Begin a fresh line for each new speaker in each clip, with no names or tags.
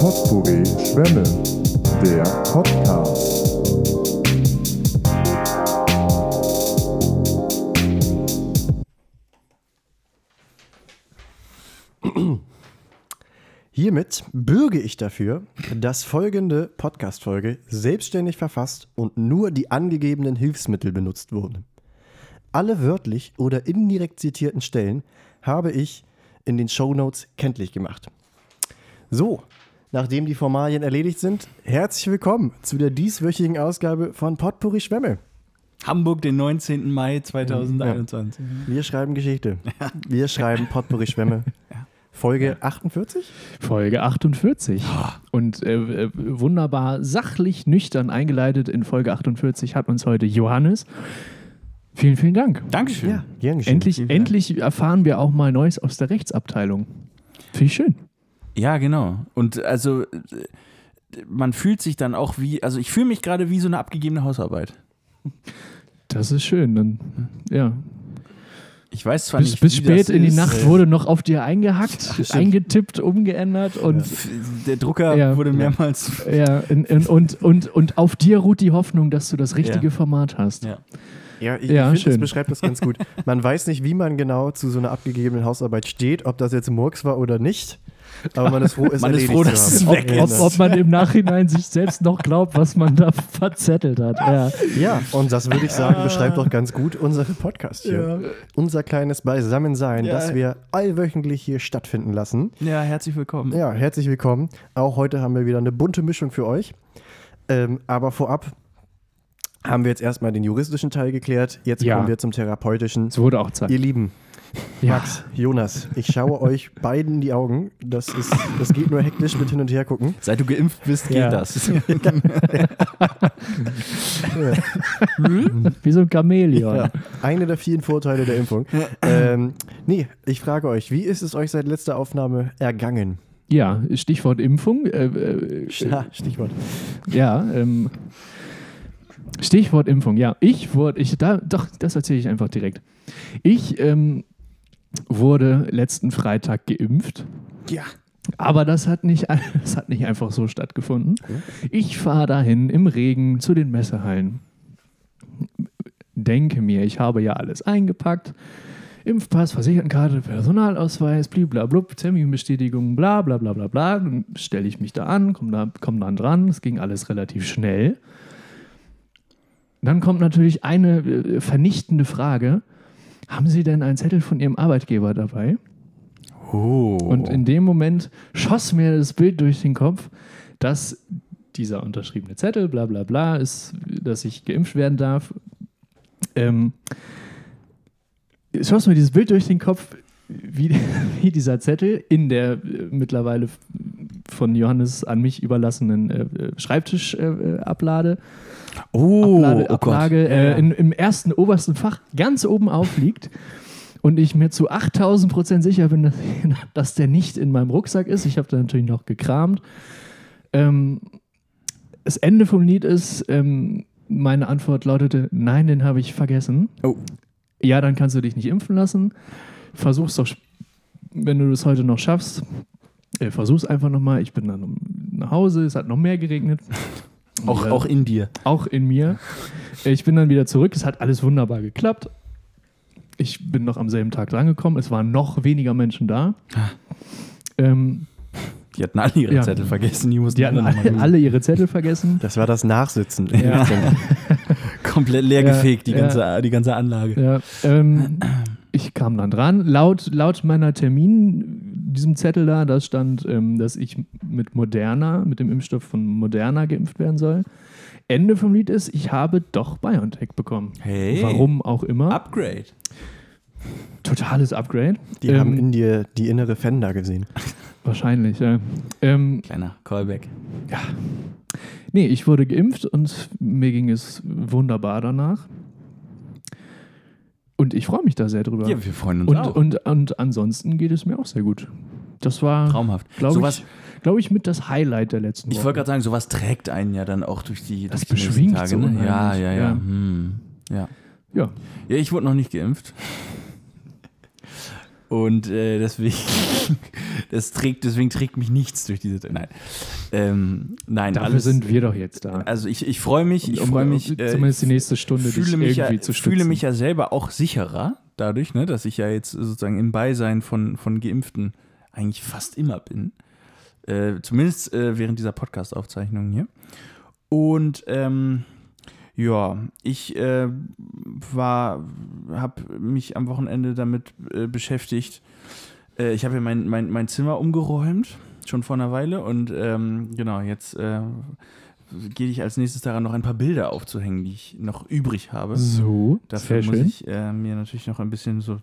Potpourri Schwemme, der Podcast.
Hiermit bürge ich dafür, dass folgende Podcast-Folge selbstständig verfasst und nur die angegebenen Hilfsmittel benutzt wurden. Alle wörtlich oder indirekt zitierten Stellen habe ich in den Shownotes kenntlich gemacht. So, nachdem die Formalien erledigt sind, herzlich willkommen zu der dieswöchigen Ausgabe von Potpourri Schwemme.
Hamburg, den 19. Mai 2021.
Wir schreiben Geschichte. Wir schreiben Potpourri Schwemme. Folge 48?
Folge 48. Und äh, äh, wunderbar sachlich nüchtern eingeleitet in Folge 48 hat uns heute Johannes. Vielen, vielen Dank.
Dankeschön.
Gern geschehen.
Endlich,
vielen Dank.
endlich erfahren wir auch mal Neues aus der Rechtsabteilung. Finde ich schön.
Ja, genau. Und also äh, man fühlt sich dann auch wie, also ich fühle mich gerade wie so eine abgegebene Hausarbeit.
Das ist schön. Dann, ja.
Hm. Ich weiß zwar
Bis,
nicht,
bis
wie das
spät in die
ist.
Nacht wurde noch auf dir eingehackt, eingetippt, umgeändert und
Der Drucker
Ja.
wurde
Ja.
mehrmals.
Ja, in, in, und, und, und auf dir ruht die Hoffnung, dass du das richtige
Ja.
Format hast.
Ja.
Ja, ich, ich
Ja,
finde, das
schön.
beschreibt das ganz gut. Man weiß nicht, wie man genau zu so einer abgegebenen Hausarbeit steht, ob das jetzt Murks war oder nicht. Aber man ist froh, es
Man ist
erledigt
froh,
zu
dass
haben.
es weg
Ja,
Ob,
ist.
ob man im Nachhinein sich selbst noch glaubt, was man da verzettelt hat. Ja.
Ja, und das würde ich sagen, beschreibt doch ganz gut unseren Podcast hier. Unser kleines Beisammensein,
Ja.
das wir allwöchentlich hier stattfinden lassen.
Ja, herzlich willkommen.
Ja, herzlich willkommen. Auch heute haben wir wieder eine bunte Mischung für euch. Ähm, aber vorab haben wir jetzt erstmal den juristischen Teil geklärt. Jetzt
Ja.
kommen wir zum therapeutischen.
Es wurde auch
Ihr
Zeit.
Lieben,
Ja.
Max, Jonas, ich schaue euch beiden in die Augen. Das, ist, das geht nur hektisch mit hin und her gucken.
Seit du geimpft bist, geht
Ja.
das.
Wie so ein Chamäleon.
Ja, eine der vielen Vorteile der Impfung. Ähm, nee, ich frage euch, wie ist es euch seit letzter Aufnahme ergangen?
Ja, Stichwort Impfung. Äh, äh,
Ja, Stichwort.
ja, ähm, Stichwort Impfung. Ja, ich wurde, ich, da, doch, das erzähle ich einfach direkt. Ich ähm, wurde letzten Freitag geimpft.
Ja.
Aber das hat nicht, das hat nicht einfach so stattgefunden. Ich fahre dahin im Regen zu den Messehallen. Denke mir, ich habe ja alles eingepackt. Impfpass, Versichertenkarte, Personalausweis, bliblablub, Terminbestätigung, bla bla bla bla bla. Dann stelle ich mich da an, komme da, komm dann dran. Es ging alles relativ schnell. Dann kommt natürlich eine äh, vernichtende Frage. Haben Sie denn einen Zettel von Ihrem Arbeitgeber dabei?
Oh.
Und in dem Moment schoss mir das Bild durch den Kopf, dass dieser unterschriebene Zettel, bla bla bla, ist, dass ich geimpft werden darf. Ähm, es schoss mir dieses Bild durch den Kopf, wie, wie dieser Zettel in der äh, mittlerweile von Johannes an mich überlassenen äh, Schreibtischablade äh, Ablade,
oh,
Ablade,
oh Gott.
Ablage äh, in, im ersten obersten Fach ganz oben aufliegt und ich mir zu 8000 Prozent sicher bin, dass, dass der nicht in meinem Rucksack ist. Ich habe da natürlich noch gekramt. Ähm, das Ende vom Lied ist, ähm, meine Antwort lautete, nein, den habe ich vergessen.
Oh.
Ja, dann kannst du dich nicht impfen lassen. Versuch's doch, sp- wenn du das heute noch schaffst, äh, versuch's einfach nochmal. Ich bin dann um- nach Hause, es hat noch mehr geregnet.
Auch,
Ja
auch in dir.
auch in mir. Ich bin dann wieder zurück. Es hat alles wunderbar geklappt. Ich bin noch am selben Tag drangekommen. Es waren noch weniger Menschen da. Ähm,
Die hatten alle ihre
Ja.
Zettel vergessen. Die mussten
die hatten
alle nochmal
alle,
lesen.
alle ihre Zettel vergessen.
Das war das Nachsitzen.
Ja.
komplett leer
Ja,
gefegt, die,
ja.
ganze, die ganze Anlage.
Ja, ähm, ich kam dann dran. Laut, laut meiner Termin, diesem Zettel da, da stand, ähm, dass ich mit Moderna, mit dem Impfstoff von Moderna geimpft werden soll. Ende vom Lied ist, ich habe doch BioNTech bekommen.
Hey.
Warum auch immer.
Upgrade.
Totales Upgrade. Ähm,
Die
Ähm.
haben in dir die innere Fender gesehen.
Wahrscheinlich, ja. Ähm,
Kleiner Callback.
nee, ich wurde geimpft und mir ging es wunderbar danach. Und ich freue mich da sehr drüber.
Ja, wir freuen uns
und,
auch.
und, und ansonsten geht es mir auch sehr gut. Das war,
Traumhaft.
glaube
sowas,
ich, glaub ich, mit das Highlight der letzten
ich
Woche.
wollte gerade sagen, sowas trägt einen ja dann auch durch die,
Das
durch die nächsten
beschwingt
Tage.
so
ne? Ja,
unheimlich,
ja, ja.
ja.
Hm. ja.
ja.
Ja, ich wurde noch nicht geimpft. Und äh, deswegen, das trägt, deswegen trägt mich nichts durch diese. Nein. Ähm, nein,
Dafür
alles.
sind wir doch jetzt da.
also ich, ich freue mich, ich
Um
freue mich. äh,
zumindest die nächste Stunde
fühle
dich
mich, ja,
irgendwie zu stützen.
fühle mich ja selber auch sicherer dadurch, ne, dass ich ja jetzt sozusagen im Beisein von, von Geimpften eigentlich fast immer bin. Äh, zumindest äh, während dieser Podcast-Aufzeichnung hier. Und ähm, ja, ich äh, war, habe mich am Wochenende damit äh, beschäftigt. Äh, ich habe ja mein, mein, mein Zimmer umgeräumt, schon vor einer Weile. Und ähm, genau, jetzt äh, gehe ich als nächstes daran, noch ein paar Bilder aufzuhängen, die ich noch übrig habe.
so,
Dafür
sehr
muss
schön.
ich äh, mir natürlich noch ein bisschen so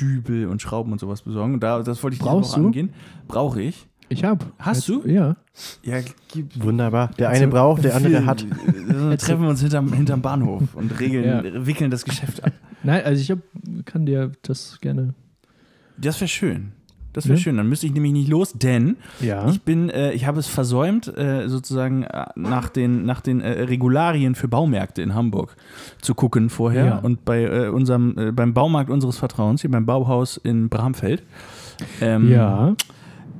Dübel und Schrauben und sowas besorgen. Und Da, das wollte ich diese
Brauchst
Woche
du?
angehen. Brauche ich.
Ich hab.
Hast
Jetzt-
du?
Ja.
Ja, gib.
Wunderbar. Der
Also,
eine braucht, der andere hat.
Wir treffen wir uns hinterm, hinterm Bahnhof und regeln, wickeln das Geschäft ab.
Nein, also ich hab, kann dir das gerne.
Das wäre schön. Das wäre
Ja.
schön. Dann müsste ich nämlich nicht los, denn
Ja.
ich bin, äh, ich habe es versäumt, äh, sozusagen äh, nach den, nach den äh, Regularien für Baumärkte in Hamburg zu gucken vorher.
Ja.
Und bei äh, unserem, äh, beim Baumarkt unseres Vertrauens, hier beim Bauhaus in Bramfeld, ähm,
ja.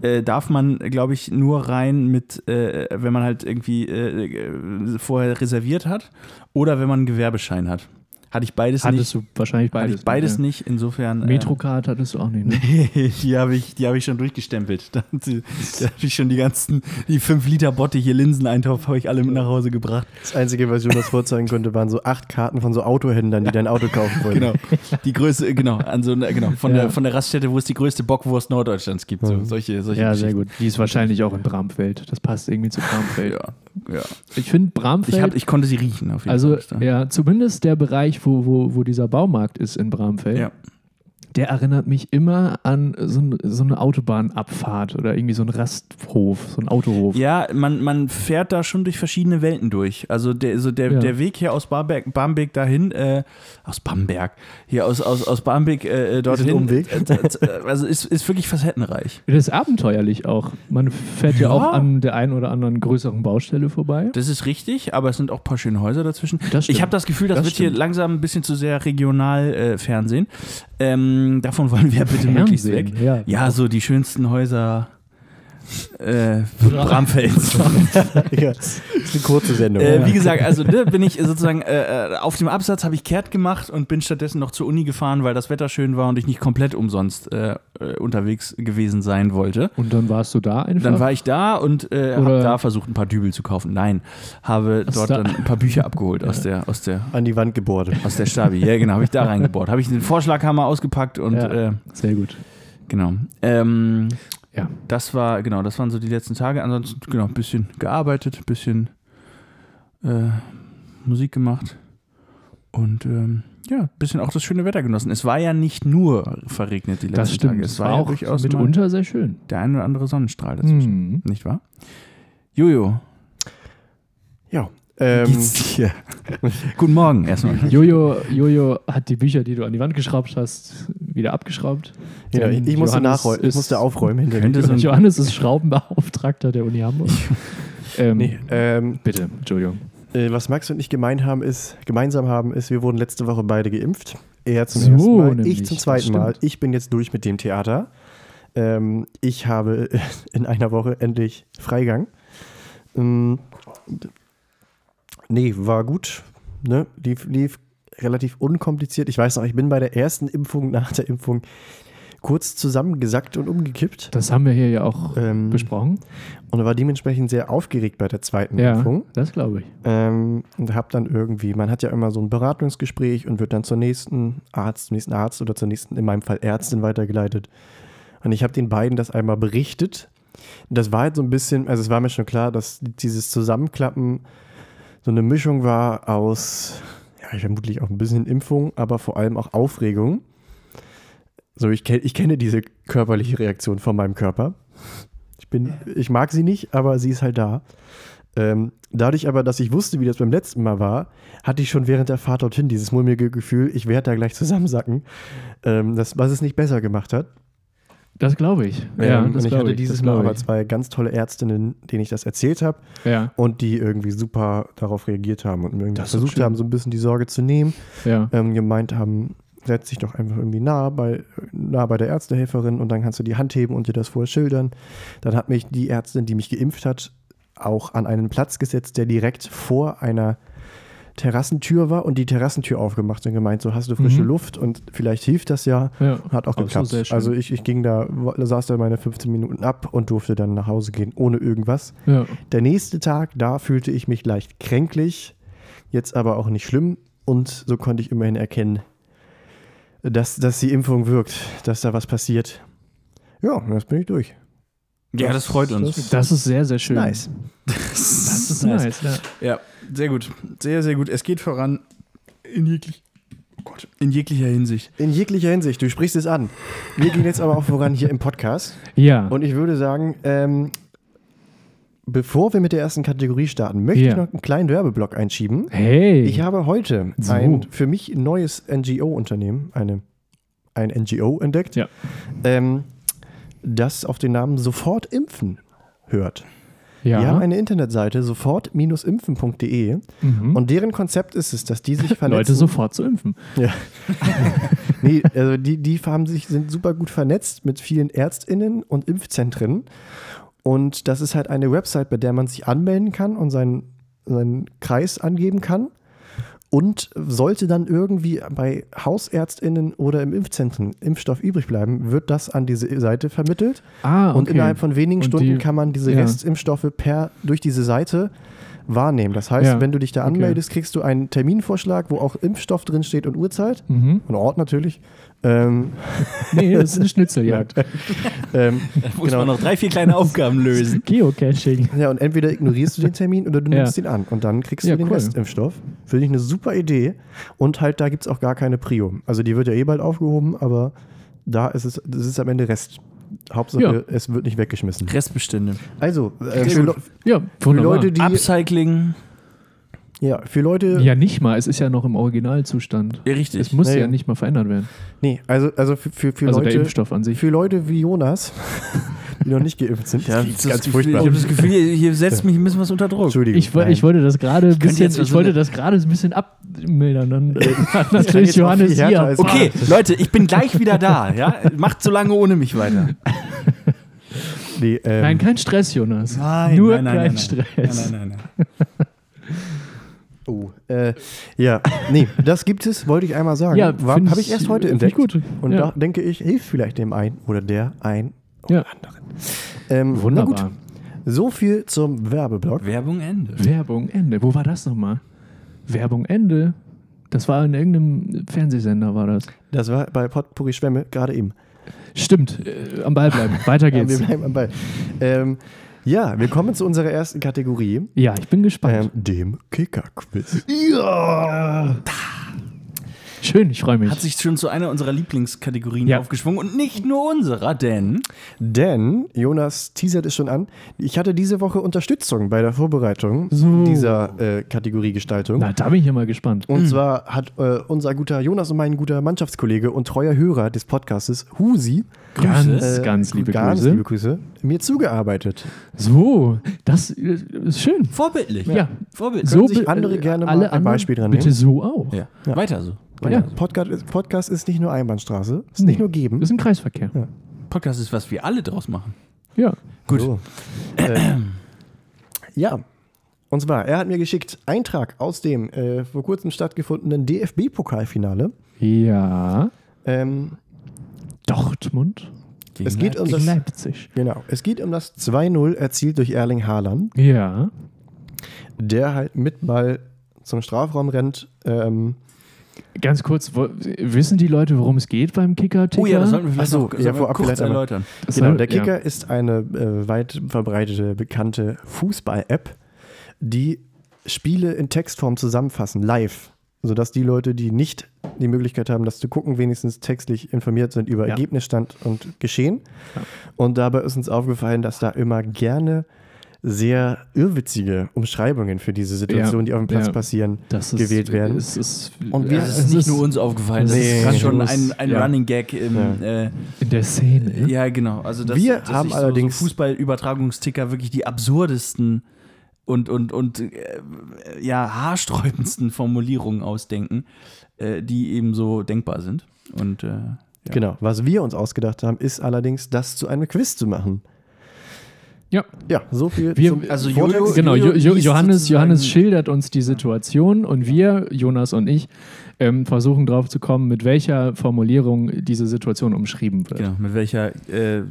äh, darf man, glaube ich, nur rein mit, äh, wenn man halt irgendwie äh, äh, vorher reserviert hat oder wenn man einen Gewerbeschein hat. Hatte ich beides
Hattest du wahrscheinlich
nicht. Hatte
beides.
ich beides
ja.
nicht, insofern. äh,
Metrocard hattest du auch nicht. Ne?
die habe ich, die hab ich schon durchgestempelt. Da, hat sie- da habe ich schon die ganzen, die 5 Liter Botte hier, Linseneintopf, habe ich alle mit nach Hause gebracht.
Das einzige, was Jonas vorzeigen konnte, waren so acht Karten von so Autohändlern, die dein Auto kaufen wollen.
Genau. Die Größe, genau, an so, einer- genau von,
Ja. Mhm.
der, von der Raststätte, wo es die größte Bockwurst Norddeutschlands gibt. So, solche, solche
Ja, sehr
Geschichten.
gut. Die ist wahrscheinlich auch in Bramfeld. Das passt irgendwie zu Bramfeld.
Ja, ja.
Ich finde Bramfeld.
Ich, hab, ich konnte sie riechen auf jeden
also,
Fall.
ja, zumindest der Bereich, wo, wo, wo dieser Baumarkt ist in Bramfeld,
Ja.
der erinnert mich immer an so, ein, so eine Autobahnabfahrt oder irgendwie so einen Rasthof, so einen Autohof.
Ja, man, man fährt da schon durch verschiedene Welten durch. Also der, also der,
Ja.
der Weg hier aus Barberg, Bamberg dahin, äh, aus Bamberg, hier aus, aus, aus Bamberg äh, äh, dorthin.
Umweg.
Äh, äh, also ist, ist wirklich facettenreich.
Das ist abenteuerlich auch. Man fährt ja,
Ja.
auch an der einen oder anderen größeren Baustelle vorbei.
Das ist richtig, aber es sind auch ein paar schöne Häuser dazwischen.
Das stimmt.
ich habe das Gefühl, das,
Das
wird
stimmt.
hier langsam ein bisschen zu sehr regional äh, Fernsehen. Ähm, davon wollen wir bitte möglichst weg.
Fernsehen, ja.
ja, so die schönsten Häuser äh, Bramfelds.
Ja, das ist eine kurze Sendung.
Äh, wie gesagt, also ne, bin ich sozusagen äh, äh, auf dem Absatz habe ich kehrt gemacht und bin stattdessen noch zur Uni gefahren, weil das Wetter schön war und ich nicht komplett umsonst äh, äh, unterwegs gewesen sein wollte.
Und dann warst du da einfach.
Dann war ich da und äh, habe
Oder-
da versucht, ein paar Dübel zu kaufen. Nein, habe
Hast
dort
da-
dann ein paar Bücher abgeholt aus der aus der
An die Wand gebohrt.
aus der Stabi. Ja, genau, habe ich da reingebohrt. Habe ich den Vorschlaghammer ausgepackt und
Ja.
äh,
Sehr gut.
genau. Ähm,
Ja.
das war, genau, das waren so die letzten Tage. Ansonsten, genau, ein bisschen gearbeitet, ein bisschen äh, Musik gemacht und ähm, ja, ein bisschen auch das schöne Wetter genossen. Es war ja nicht nur verregnet die letzten
Das stimmt.
Tage.
Es
Es
war
ja
auch
durchaus mal
mitunter sehr schön.
der ein oder andere Sonnenstrahl dazwischen.
Mhm.
Nicht wahr? Jojo,
Ja.
wie
Ähm,
geht's dir? Guten Morgen erstmal.
Jojo, Jojo hat die Bücher, die du an die Wand geschraubt hast, wieder abgeschraubt.
ja, ich,
Denn
ich musste
Johannes
nachräumen. Ich
ist-
musste aufräumen hinter
Könnte so ein
Johannes ist Schraubenbeauftragter der Uni Hamburg. ähm,
Nee, ähm,
Bitte, Entschuldigung.
äh, was Max und ich gemein haben ist, gemeinsam haben, ist, wir wurden letzte Woche beide geimpft. Er zum
So
ersten Mal,
nämlich,
ich zum
das
zweiten Mal.
stimmt.
Ich bin jetzt durch mit dem Theater. Ähm, ich habe in einer Woche endlich Freigang. Ähm, nee, war gut. Ne? Lief, lief relativ unkompliziert. Ich weiß noch, ich bin bei der ersten Impfung nach der Impfung kurz zusammengesackt und umgekippt.
Das haben wir hier ja auch
Ähm,
besprochen.
Und war dementsprechend sehr aufgeregt bei der zweiten
Ja,
Impfung.
das glaube ich.
Ähm, und hab dann irgendwie, man hat ja immer so ein Beratungsgespräch und wird dann zur nächsten Arzt, zum nächsten Arzt oder zur nächsten, in meinem Fall Ärztin weitergeleitet. Und ich habe den beiden das einmal berichtet. Das war halt so ein bisschen, also es war mir schon klar, dass dieses Zusammenklappen so eine Mischung war aus, ja, vermutlich auch ein bisschen Impfung, aber vor allem auch Aufregung. So, ich, kenn, ich kenne diese körperliche Reaktion von meinem Körper. Ich bin, ich mag sie nicht, aber sie ist halt da. Ähm, dadurch aber, dass ich wusste, wie das beim letzten Mal war, hatte ich schon während der Fahrt dorthin dieses mulmige Gefühl, ich werde da gleich zusammensacken, ähm, das, was es nicht besser gemacht hat.
Das glaube ich. Ja,
ähm,
das
und ich
glaub
hatte
ich,
dieses
das
Mal
glaub
aber
ich.
zwei ganz tolle Ärztinnen, denen ich das erzählt habe
Ja,
und die irgendwie super darauf reagiert haben und mir irgendwie
Das ist
versucht
schön.
haben, so ein bisschen die Sorge zu nehmen,
ja.
ähm, gemeint haben, setz dich doch einfach irgendwie nah bei, nah bei der Ärztehelferin und dann kannst du die Hand heben und dir das vorher schildern. Dann hat mich die Ärztin, die mich geimpft hat, auch an einen Platz gesetzt, der direkt vor einer Terrassentür war und die Terrassentür aufgemacht und gemeint, so hast du frische
Mhm.
Luft und vielleicht hilft das ja.
Ja.
Hat auch
Aber so
geklappt.
sehr schön.
also ich, ich ging da, saß da meine 15 Minuten ab und durfte dann nach Hause gehen, ohne irgendwas.
ja.
Der nächste Tag, da fühlte ich mich leicht kränklich, jetzt aber auch nicht schlimm. Und so konnte ich immerhin erkennen, dass, dass die Impfung wirkt, dass da was passiert. Ja, das bin ich durch.
Ja, das freut uns.
Das ist sehr, sehr schön.
Nice.
Das ist nice. Ja.
Ja, sehr gut. Sehr, sehr gut. Es geht voran in, jeglich, oh Gott, in jeglicher Hinsicht.
In jeglicher Hinsicht, du sprichst es an. Wir gehen jetzt aber auch voran hier im Podcast.
ja.
Und ich würde sagen, ähm, bevor wir mit der ersten Kategorie starten, möchte
Ja.
ich noch einen kleinen Werbeblock einschieben.
hey.
Ich habe heute
So.
ein für mich neues NGO-Unternehmen, eine, ein NGO entdeckt,
Ja.
ähm, das auf den Namen Sofort Impfen hört.
ja.
Die haben eine Internetseite sofort-impfen.de
mhm.
und deren Konzept ist es, dass die sich vernetzen.
Leute sofort zu impfen.
Ja. nee, also die, die haben sich, sind super gut vernetzt mit vielen ÄrztInnen und Impfzentren. Und das ist halt eine Website, bei der man sich anmelden kann und seinen, seinen Kreis angeben kann. Und sollte dann irgendwie bei HausärztInnen oder im Impfzentrum Impfstoff übrig bleiben, wird das an diese Seite vermittelt.
Ah,
Und innerhalb von wenigen
Und
Stunden
die-
kann man diese
ja.
Restimpfstoffe per, durch diese Seite wahrnehmen. Das heißt,
Ja.
wenn du dich da
Okay.
anmeldest, kriegst du einen Terminvorschlag, wo auch Impfstoff drinsteht und Uhrzeit.
Mhm.
Und Ort natürlich. Ähm,
Nee, das ist eine Schnitzeljagd.
ähm,
Muss
Genau.
man noch drei, vier kleine Aufgaben lösen.
Geocaching.
ja, und entweder ignorierst du den Termin oder du
Ja.
nimmst ihn an. Und dann kriegst
Ja,
du den
cool.
Restimpfstoff. Finde ich eine super Idee. Und halt, da gibt es auch gar keine Prio. Also die wird ja eh bald aufgehoben, aber da ist es, das ist am Ende Rest. Hauptsache, es wird nicht weggeschmissen.
Restbestände.
Also, äh,
Sehr
für,
gut.
Le-
Ja,
für
wunderbar.
Leute, die.
Upcycling.
Ja, für Leute.
ja, nicht mal. Es ist ja noch im Originalzustand.
Ja, richtig.
Es muss
Ja,
ja,
ja.
nicht mal verändert werden.
Nee, also, also für, für, für,
also der
Leute,
Impfstoff an sich.
für Leute wie Jonas, die noch nicht geimpft sind.
Ja,
das
das
ist ganz
Gefühl-
furchtbar.
Ich habe das Gefühl, hier- hier setzt mich ein bisschen was unter Druck.
Entschuldigung.
Ich, wo- ich
nein.
wollte das gerade ein bisschen,
jetzt mal
ich
so
wollte
eine-
das gerade ein bisschen abmildern. Dann äh, hat
kann jetzt
natürlich
auch viel
Johannes
härter
hier.
als-
Okay, Leute, ich bin gleich wieder da. Ja? Macht so lange ohne mich weiter.
Nee, ähm,
Nein, kein Stress, Jonas.
Nein,
Nur
nein, nein,
kein
nein, nein.
Stress.
nein, nein.
Oh, äh, ja, nee, das gibt es, wollte ich einmal sagen.
Ja,
War-
find
Habe
ich-
ich erst heute
find
entdeckt.
ich gut,
Und
ja.
da denke ich, hilft vielleicht dem einen oder der ein oder
Ja.
anderen. Ähm, Na
Wunderbar.
gut, so viel zum Werbeblock.
Werbung Ende.
Werbung Ende. Wo war das nochmal? Werbung Ende. Das war in irgendeinem Fernsehsender, war das.
Das war bei Potpourri Schwämme gerade eben.
Stimmt, äh, am Ball bleiben. Weiter
Ja, wir
geht's.
bleiben am Ball. Ähm, ja, wir kommen zu unserer ersten Kategorie,
Ja, ich bin gespannt.
ähm, dem Kicker-Quiz. Ähm,
Schön, ich freue mich.
Hat sich schon zu einer unserer Lieblingskategorien
Ja.
aufgeschwungen und nicht nur unserer, denn
Denn, Jonas teasert es schon an, ich hatte diese Woche Unterstützung bei der Vorbereitung dieser äh, Kategoriegestaltung.
Na, da bin ich ja mal gespannt.
Und zwar hat äh, unser guter Jonas und mein guter Mannschaftskollege und treuer Hörer des Podcastes, Husi, äh,
Grüße.
Ganz, ganz liebe
ganz
Grüße.
liebe Grüße, mir zugearbeitet.
So, das äh, ist schön.
vorbildlich.
Ja.
Vorbildlich.
So
sich
be-
andere
äh,
gerne mal ein
anderen
Beispiel dran
Bitte
nehmen?
so auch.
Ja. Weiter so.
Ja.
Podcast, ist- Podcast ist nicht nur Einbahnstraße, ist
Nee.
nicht nur geben.
Ist ein Kreisverkehr. Ja.
Podcast ist, was wir alle draus machen.
gut. So. Äh, ja, und zwar, er hat mir geschickt, Eintrag aus dem äh, vor kurzem stattgefundenen DFB-Pokalfinale.
Ja.
Ähm,
Dortmund
Gegen
es geht um
gegen
das...
Leipzig.
Genau, es geht um das 2-0 erzielt durch Erling Haaland.
Ja.
der halt mit Ball zum Strafraum rennt. Ähm,
Ganz kurz, wo, wissen die Leute, worum es geht beim kicker
Oh ja, das sollten wir vielleicht
um Ach so,
noch
ja,
sollten wir
vorab
kurz
vielleicht einmal.
erläutern.
Das
genau,
soll-
der
ja.
Kicker ist eine äh, weit verbreitete, bekannte Fußball-App, die Spiele in Textform zusammenfassen, live, sodass die Leute, die nicht die Möglichkeit haben, das zu gucken, wenigstens textlich informiert sind über
Ja.
Ergebnisstand und Geschehen. Und dabei ist uns aufgefallen, dass da immer gerne sehr irrwitzige Umschreibungen für diese Situation, die auf dem Platz
ja.
passieren,
Das ist,
gewählt werden.
Es ist,
Und wir-
ja,
Das
es
ist nicht nur uns aufgefallen, das
Nee.
ist ganz schon
Das
ein,
ist-
ein
ja.
Running Gag im, ja. Äh,
in der Szene.
ja genau. Also dass,
Wir
dass
haben
sich
allerdings-
so, so Fußballübertragungsticker wirklich die absurdesten und und und äh, ja haarsträubendsten Formulierungen ausdenken, äh, die eben so denkbar sind. Und äh, ja.
Genau. Was wir uns ausgedacht haben, ist allerdings, das zu einem Quiz zu machen.
Ja.
Ja, so viel.
Wir-
zum
also
Vorteil-
Jojo-
Genau, jo jo
liest
Johannes,
sozusagen-
Johannes schildert uns die Situation und wir, Jonas und ich, ähm, versuchen drauf zu kommen, mit welcher Formulierung diese Situation umschrieben wird.
Genau, mit welcher äh, äh,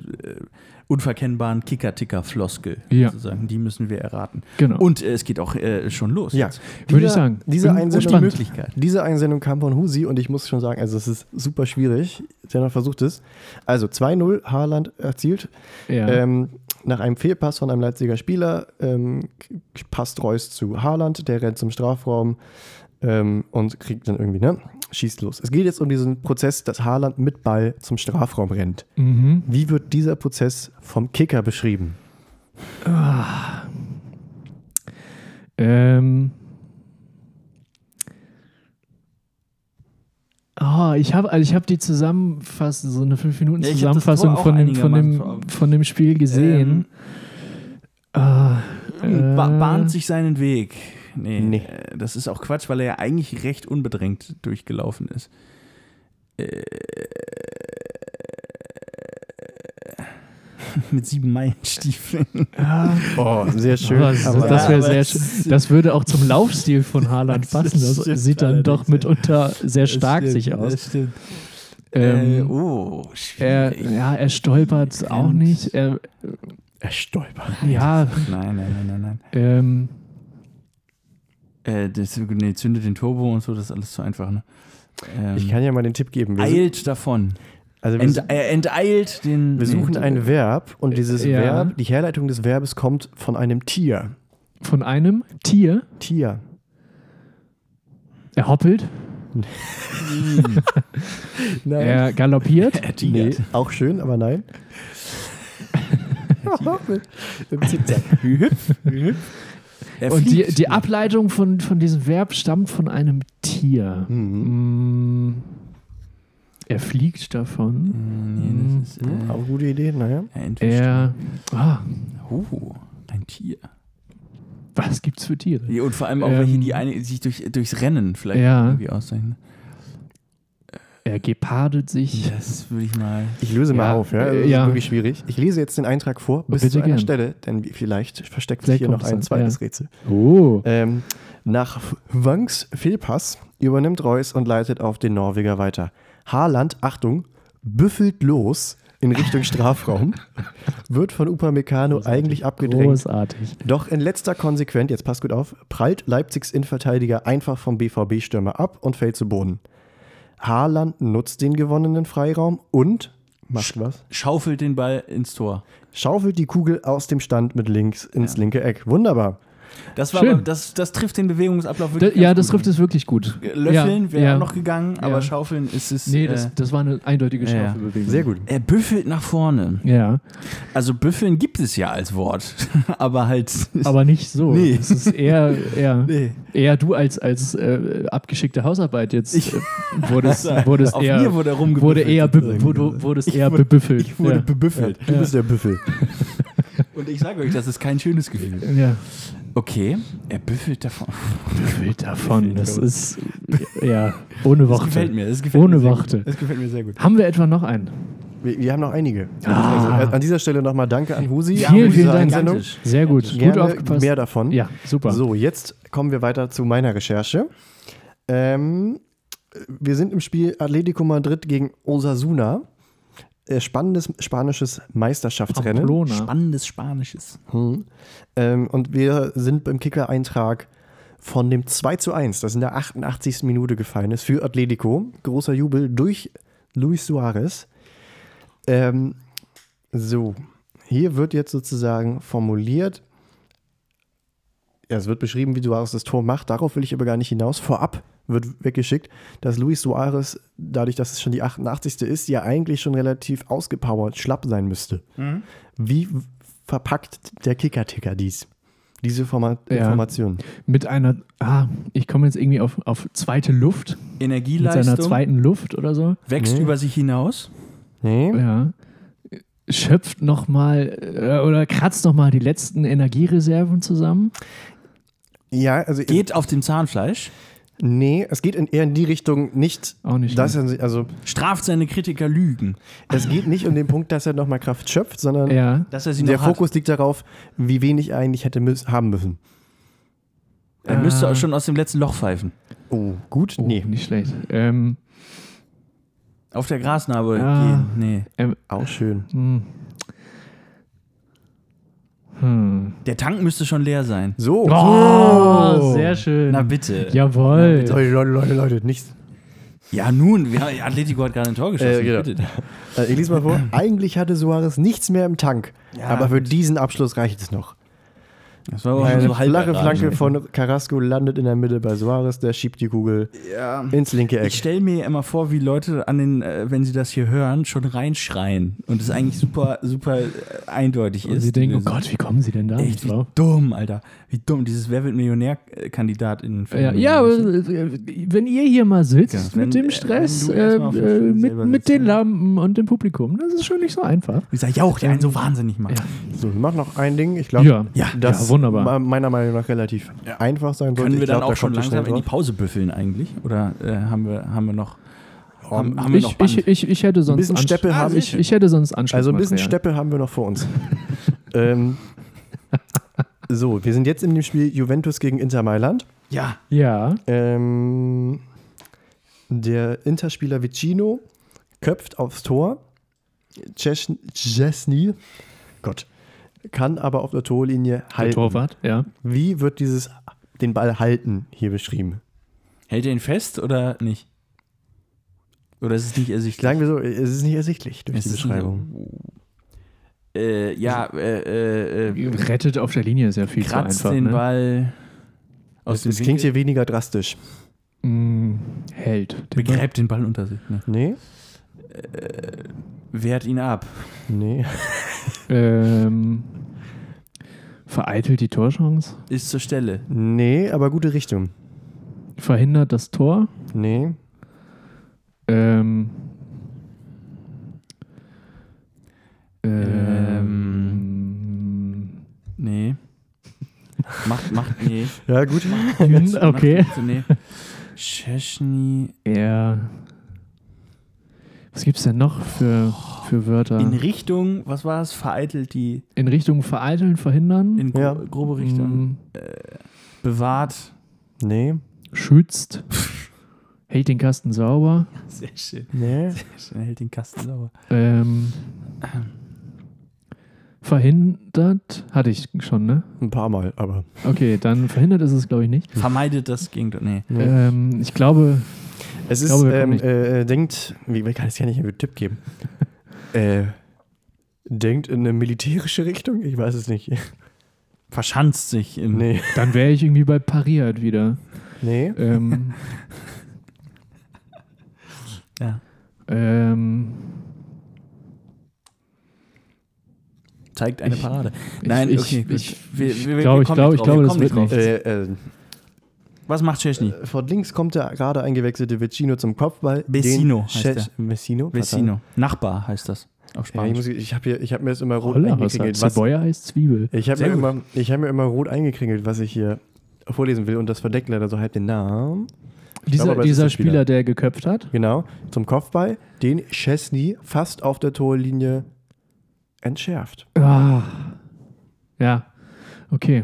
unverkennbaren Kicker-Ticker-Floskel
Ja.
sozusagen. Die müssen wir erraten.
Genau.
Und äh, es geht auch äh, schon los.
Ja,
jetzt.
Würde
Dieser-
ich sagen.
Diese
Bin
Einsendung,
gespannt.
Möglichkeit.
diese Einsendung kam von Husi und ich muss schon sagen, also es ist super schwierig. Dennoch versucht es. Also 2-0 Haaland erzielt.
Ja.
Ähm, nach einem Fehlpass von einem Leipziger Spieler ähm, passt Reus zu Haaland, der rennt zum Strafraum ähm, und kriegt dann irgendwie, ne? Schießt los. Es geht jetzt um diesen Prozess, dass Haaland mit Ball zum Strafraum rennt.
mhm.
Wie wird dieser Prozess vom Kicker beschrieben?
Ähm. Ah, ich habe also ich hab die Zusammenfassung, so eine 5 Minuten
Ja, ich hab das Tor
Zusammenfassung
auch
von dem, von,
einigermaßen vor Augen.
dem, von dem Spiel gesehen. Ah,
Ähm, ba
äh,
bahnt sich seinen Weg. Nee,
Nee.
äh, Das ist auch Quatsch, weil er ja eigentlich recht unbedrängt durchgelaufen ist. Äh, mit sieben Meilenstiefeln.
ah,
Oh, sehr schön.
das,
aber-
das,
Ja,
wär
aber
sehr,
es-
sch- das würde auch zum Laufstil von Haaland passen. Das,
stimmt
sieht dann doch
allerdings, ja.
mitunter sehr stark sich aus.
Das stimmt. Äh,
Ähm,
oh,
er,
schwierig.
ja, er stolpert auch
Rennt.
nicht. Er,
er stolpert.
ja,
Nein, nein, nein, nein, nein.
ähm,
Äh, das, nee, zündet den Turbo und so, das ist alles zu einfach. Ne? Ähm,
Ich kann ja mal den Tipp geben. Wir,
eilt davon.
also wir,
Ent, er enteilt den.
wir suchen
nee,
ein Verb und dieses
Ja.
Verb, die Herleitung des Verbes kommt von einem Tier.
von einem Tier.
Tier.
Er hoppelt,
Nein.
er galoppiert.
Er
Nee,
tigert.
auch schön, aber nein. Im Zickzack.
Er
Und die,
fliegt.
die Ableitung von, von diesem Verb stammt von einem Tier.
Mhm.
Mhm.
Mm. Er fliegt
Mhm.
davon.
nee, das ist,
Hm,
äh,
auch gute Idee, naja.
er entwischt.
Er. Ah,
Oh, ein Tier.
was gibt's für Tiere?
Ja, und vor allem auch
Ähm,
welche, die eine, sich durch, durchs Rennen vielleicht
Ja.
irgendwie auszeichnen.
Er gepardet sich.
Das würde ich mal.
Ich löse mal
Ja,
auf, ja.
äh,
Das ist
ja.
wirklich schwierig. Ich lese jetzt den Eintrag vor, bis
Bitte
zu einer
gern.
Stelle, denn vielleicht versteckt sich
Vielleicht
hier noch
kommt es
ein
dann,
zweites
ja.
Rätsel.
Oh.
Ähm, nach Wangs Fehlpass übernimmt Reus und leitet auf den Norweger weiter. Haaland, Achtung, büffelt los in Richtung Strafraum, wird von Upamecano eigentlich abgedrängt.
Großartig.
Doch in letzter Konsequenz, jetzt passt gut auf, prallt Leipzigs Innenverteidiger einfach vom BVB-Stürmer ab und fällt zu Boden. Haaland nutzt den gewonnenen Freiraum und macht was?
Schaufelt den Ball ins Tor.
Schaufelt die Kugel aus dem Stand mit links ins linke Eck. Wunderbar.
Das, war
Schön.
aber, das, das trifft den Bewegungsablauf
Da,
wirklich.
ja,
ganz
das
gut.
trifft es wirklich gut.
Löffeln
ja,
wäre
ja.
auch noch gegangen, aber
Ja.
Schaufeln ist es.
Nee,
äh,
das, das war eine eindeutige
ja, ja.
Schaufelbewegung.
Sehr gut.
er büffelt nach vorne.
Ja,
Also büffeln gibt es ja als Wort, aber halt.
aber nicht so.
Nee.
Es ist eher, eher,
Nee.
eher du als, als äh, abgeschickte Hausarbeit jetzt äh, wurdest, wurdest
Auf
eher
mir wurde rumgebüffelt.
wurde eher, be
sozusagen.
wurde, wurdest eher
wurde-
bebüffelt.
Ich wurde
ja.
bebüffelt.
Du bist der Büffel.
Und ich sage euch, das ist kein schönes Gefühl.
ja.
Okay, er büffelt davon.
Büffelt davon.
Büffelt
Das
los.
ist ja ohne
Das gefällt
Worte.
mir. Das gefällt
Ohne
mir sehr gut.
Warte.
Das gefällt mir sehr gut.
Haben wir etwa noch einen?
Wir, wir haben noch einige.
Ah.
Also, äh, an dieser Stelle nochmal Danke an Husi.
Vielen,
für diese
vielen Dank.
Einsendung.
Sehr gut. gut
Gerne
aufgepasst.
mehr davon.
Ja, super.
So, jetzt kommen wir weiter zu meiner Recherche. Ähm, wir sind im Spiel Atletico Madrid gegen Osasuna. Äh, spannendes spanisches Meisterschaftsrennen.
Pamplona.
Spannendes Spanisches.
Hm. Ähm, und wir sind beim Kicker-Eintrag von dem 2 zu 1, das in der 88. Minute gefallen ist, für Atletico. Großer Jubel durch Luis Suarez. Ähm, so, hier wird jetzt sozusagen formuliert, ja, es wird beschrieben, wie Suarez das Tor macht. Darauf will ich aber gar nicht hinaus. Vorab wird weggeschickt, dass Luis Suarez, dadurch, dass es schon die 88. ist, ja eigentlich schon relativ ausgepowert, schlapp sein müsste.
Mhm.
Wie w- verpackt der Kicker-Ticker dies? Diese Forma
Ja.
Information.
Mit einer, ah, ich komme jetzt irgendwie auf, auf zweite Luft, mit seiner
Energieleistung
zweiten Luft oder so.
wächst
Nee.
über sich hinaus.
Nee?
Ja. Schöpft nochmal äh, oder kratzt nochmal die letzten Energiereserven zusammen.
Ja, also
Geht auf dem Zahnfleisch.
Nee, es geht in, eher in die Richtung nicht,
Auch nicht
dass er, also
Straft seine Kritiker Lügen.
es geht nicht um den Punkt, dass er nochmal Kraft schöpft, sondern
Ja.
Dass er sie
der
noch hat.
Fokus liegt darauf, wie wenig er eigentlich hätte müß, haben müssen.
Er
Ah.
müsste auch schon aus dem letzten Loch pfeifen.
Oh, gut?
Oh,
nee.
Nicht schlecht. Ähm,
Auf der Grasnarbe
Ah.
gehen. Nee.
Auch schön.
hm. Hm.
Der Tank müsste schon leer sein.
So.
Oh,
so.
sehr schön.
Na bitte.
Jawohl.
Leute, Leute, Leute, Leute, nichts.
Ja, nun, wir haben, Atletico hat gerade ein Tor geschossen.
Äh, genau.
bitte.
Äh, ich lese mal vor. Eigentlich hatte Suarez nichts mehr im Tank, aber für diesen Abschluss reicht es noch.
Das war aber schon
Eine
so halb
flache
erragend.
Flanke von Carrasco landet in der Mitte bei Suarez, der schiebt die Kugel ins linke
Ich
Eck.
stelle mir ja immer vor, wie Leute an den, äh, wenn sie das hier hören, schon reinschreien und es eigentlich super, super äh, eindeutig
Und
ist.
sie denken, oh
Diese-
Gott, wie kommen sie denn da
echt
nicht
wie
drauf?
dumm, Alter, wie dumm. Dieses Wer wird Millionär-Kandidat in den
Ja, ja, aber äh, wenn ihr hier mal sitzt
Ja, wenn-
mit dem
äh,
Stress,
wenn du erst
äh,
mal auf dem Stuhl
äh, mit,
selber
mit
sitzt,
den
ne?
Lampen und dem Publikum, das ist schon nicht so einfach.
dieser Jauch, der einen
Ähm,
so wahnsinnig macht.
So, wir machen noch ein Ding. Ich glaube,
Ja. Ja,
das
ja, wunderbar.
ma- meiner Meinung nach relativ einfach sein sollte.
Können wir
ich glaub,
dann
da
auch schon
kommt ihr
langsam
schnell
in die
drauf.
Pause büffeln eigentlich? Oder äh, haben, wir, haben wir noch haben, haben wir noch
Ich,
Band?
ich, ich, ich hätte sonst
bisschen
Ansch-
Steppe
Ah,
haben-
ich, ich hätte sonst Anschluss.
Also ein bisschen Steppe haben wir noch vor uns. ähm, so, wir sind jetzt in dem Spiel Juventus gegen Inter Mailand.
Ja,
Ja.
Ähm, der Interspieler Vicino köpft aufs Tor. Czesch- Chesney, Gott, kann aber auf der Torlinie
Der
Halt-
halten.
Torwart, ja.
Wie wird dieses den Ball halten hier beschrieben?
hält er ihn fest oder nicht? Oder ist es nicht ersichtlich?
Sagen wir so, es ist nicht ersichtlich durch
Es
die
ist ein-
Beschreibung.
Äh, ja, äh, äh, äh,
Rettet auf der Linie ist ja viel
kratzt
zu einfach.
den
ne?
Ball aus
Es,
dem
es klingt
Winkel.
hier weniger drastisch.
Mm, hält. Den Ball.
Begräbt den Ball unter sich. Ne?
Nee?
Wehrt ihn ab.
Nee.
Ähm, vereitelt die Torchance.
Ist zur Stelle.
Nee, aber gute Richtung.
Verhindert das Tor.
Nee.
Ähm, ähm,
Ähm, Nee. macht, macht, nee.
Ja, gut.
Hm, okay.
Macht, nee. Chechny.
Ja. Was gibt's denn noch für, für Wörter?
In
In,
Richtung, was war es? Vereitelt die.
Richtung vereiteln, verhindern.
In gro
Ja.
grobe Richtung.
Mm,
Bewahrt.
Nee.
schützt. Hält den Kasten sauber.
Sehr schön.
Nee.
Er hält den Kasten sauber.
Ähm, verhindert. Hatte ich schon, ne?
Ein paar Mal, aber.
Okay, dann verhindert ist es, glaube ich, nicht.
Vermeidet das Gegentor. Nee.
Nee.
Ähm, ich glaube,
Es ist,
glaube, wir kommen
ähm,
nicht-
äh, äh, denkt, wie man kann es ja nicht einen Tipp geben. äh, denkt in eine militärische Richtung? Ich weiß es nicht.
Verschanzt sich im.
Nee.
dann wäre ich irgendwie bei pariert wieder.
Nee.
Ähm,
Ja.
ähm,
Zeigt eine
Ich-
Parade.
ich-
Nein,
ich-
okay. gut.
ich-
Wir-
ich
wir- wir
glaube, ich
kommen
glaube,
nicht drauf.
ich glaube,
Wir
das
kommen
wird Äh,
nicht drauf.
Äh, äh,
Was macht Chechny?
von links kommt der gerade eingewechselte Vecino zum Kopfball.
Vecino
Den
heißt
Che-
der.
Vecino?
Vecino. Nachbar heißt das. Auf
Ja, ich
Spanisch.
muss- ich habe hab mir das immer rot
Holla, was
eingekringelt.
heißt?
Was,
Zeboya heißt Zwiebel.
ich habe
Sehr
mir,
gut.
immer- ich hab mir immer rot eingekringelt, was ich hier vorlesen will. Und das verdeckt leider so halb den Namen.
Dieser,
aber es ist
dieser
der
Spieler,
Spieler.
der geköpft hat.
Genau, zum Kopfball, den Chesney fast auf der Torlinie entschärft.
Ah. Ja. Okay,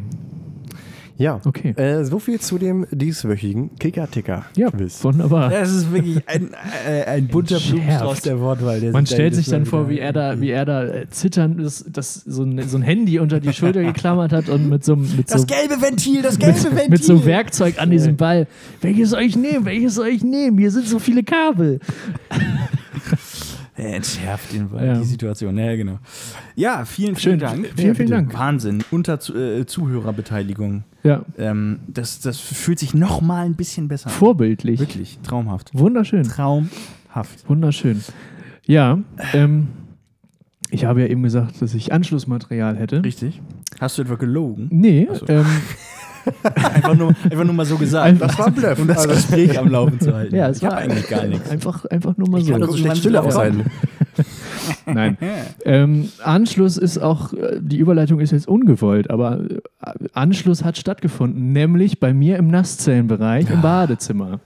Ja,
okay.
äh, so viel zu dem dieswöchigen
Ja,
Kicker-Ticker-Quiz.
wunderbar.
Das ist wirklich ein, äh, ein bunter
Entschärft.
Blumenstrauß der Wortwahl. Der
Man
sich da
stellt
jedes
sich dann
Mal
vor, wie
wieder-
er da, wie er da äh, zitternd ist, dass so ein, so ein Handy unter die Schulter geklammert hat und mit so, einem- mit so,
Das gelbe Ventil, das gelbe Ventil.
mit so einem Werkzeug an diesem Ball. Welches soll ich nehmen? Welches soll ich nehmen? Hier sind so viele Kabel.
Er entschärft den Ball,
Ja.
die Situation. Ja, genau. Ja, vielen, vielen
Schön.
Dank.
Vielen,
Ja,
vielen
bitte.
Dank.
Wahnsinn. Unter Zu- äh, Zuhörerbeteiligung.
Ja,
Ähm, das, das fühlt sich noch mal ein bisschen besser an.
vorbildlich.
Wirklich, traumhaft.
Wunderschön.
Traumhaft.
Wunderschön. Ja, ähm, ich habe ja eben gesagt, dass ich Anschlussmaterial hätte.
Richtig. Hast du etwa gelogen?
Nee,
Ach so.
ähm,
Einfach nur, einfach nur mal so gesagt.
Einfach-
Das war ein Bluff.
um das
Also,
Gespräch am Laufen zu halten.
ja, es
ich habe
war
eigentlich gar nichts.
Einfach, einfach nur mal
Ich
so.
kann
kann
doch
so schlecht
Stille
Stille aushalten.
Nein. Ähm, Anschluss ist auch, äh, die Überleitung ist jetzt ungewollt, aber äh, Anschluss hat stattgefunden, nämlich bei mir im Nasszellenbereich im Badezimmer.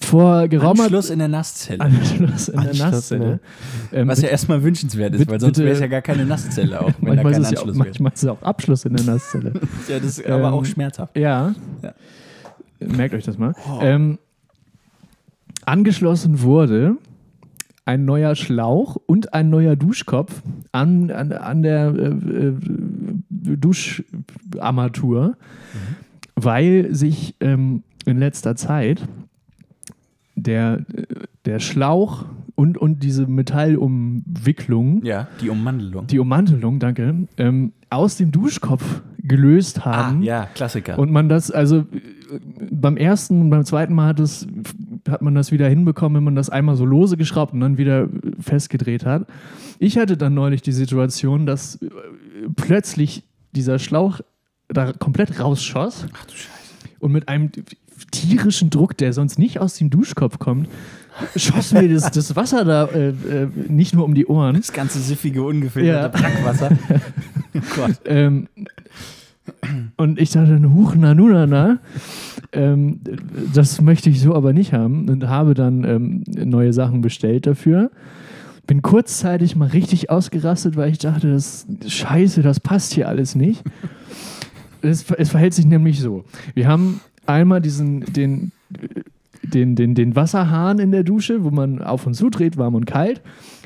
Vor geraumer
Anschluss in der Nasszelle.
Anschluss in der
Anschluss, ne?
Nasszelle. Ähm,
Was ja erstmal wünschenswert ist,
Bitte-
weil sonst
bitte-
wäre es ja gar keine Nasszelle auch, wenn da
manchmal,
kein
ist es ja auch,
Anschluss wäre.
manchmal ist es auch Abschluss in der Nasszelle.
Ja, das ist aber
Ähm,
auch schmerzhaft.
Ja.
Ja. Oh.
Merkt euch das mal. Ähm, angeschlossen wurde ein neuer Schlauch und ein neuer Duschkopf an, an, an der äh, äh, Duscharmatur,
Mhm.
weil sich ähm, in letzter Zeit der, äh, der Schlauch und, und diese Metallumwicklung,
Ja, die Ummandelung.
die Ummantelung, danke, ähm, aus dem Duschkopf gelöst
ah,
haben.
ja, Klassiker.
Und man das, also äh, beim ersten und beim zweiten Mal hat, es, hat man das wieder hinbekommen, wenn man das einmal so lose geschraubt und dann wieder äh, festgedreht hat. Ich hatte dann neulich die Situation, dass äh, plötzlich dieser Schlauch da komplett rausschoss. Ach du Scheiße. Und mit einem tierischen Druck, der sonst nicht aus dem Duschkopf kommt, schoss mir das, das Wasser da äh, äh, nicht nur um die Ohren.
das ganze siffige, ungefilterte
Ja.
Brackwasser. oh Gott.
Ähm, und ich dachte, dann, huch, na, nu, na, na. Ähm, das möchte ich so aber nicht haben und habe dann ähm, neue Sachen bestellt dafür. Bin kurzzeitig mal richtig ausgerastet, weil ich dachte, das Scheiße, das passt hier alles nicht. Es, ver- es verhält sich nämlich so. Wir haben einmal diesen, den, den, den, den Wasserhahn in der Dusche, wo man auf und zudreht, warm und kalt.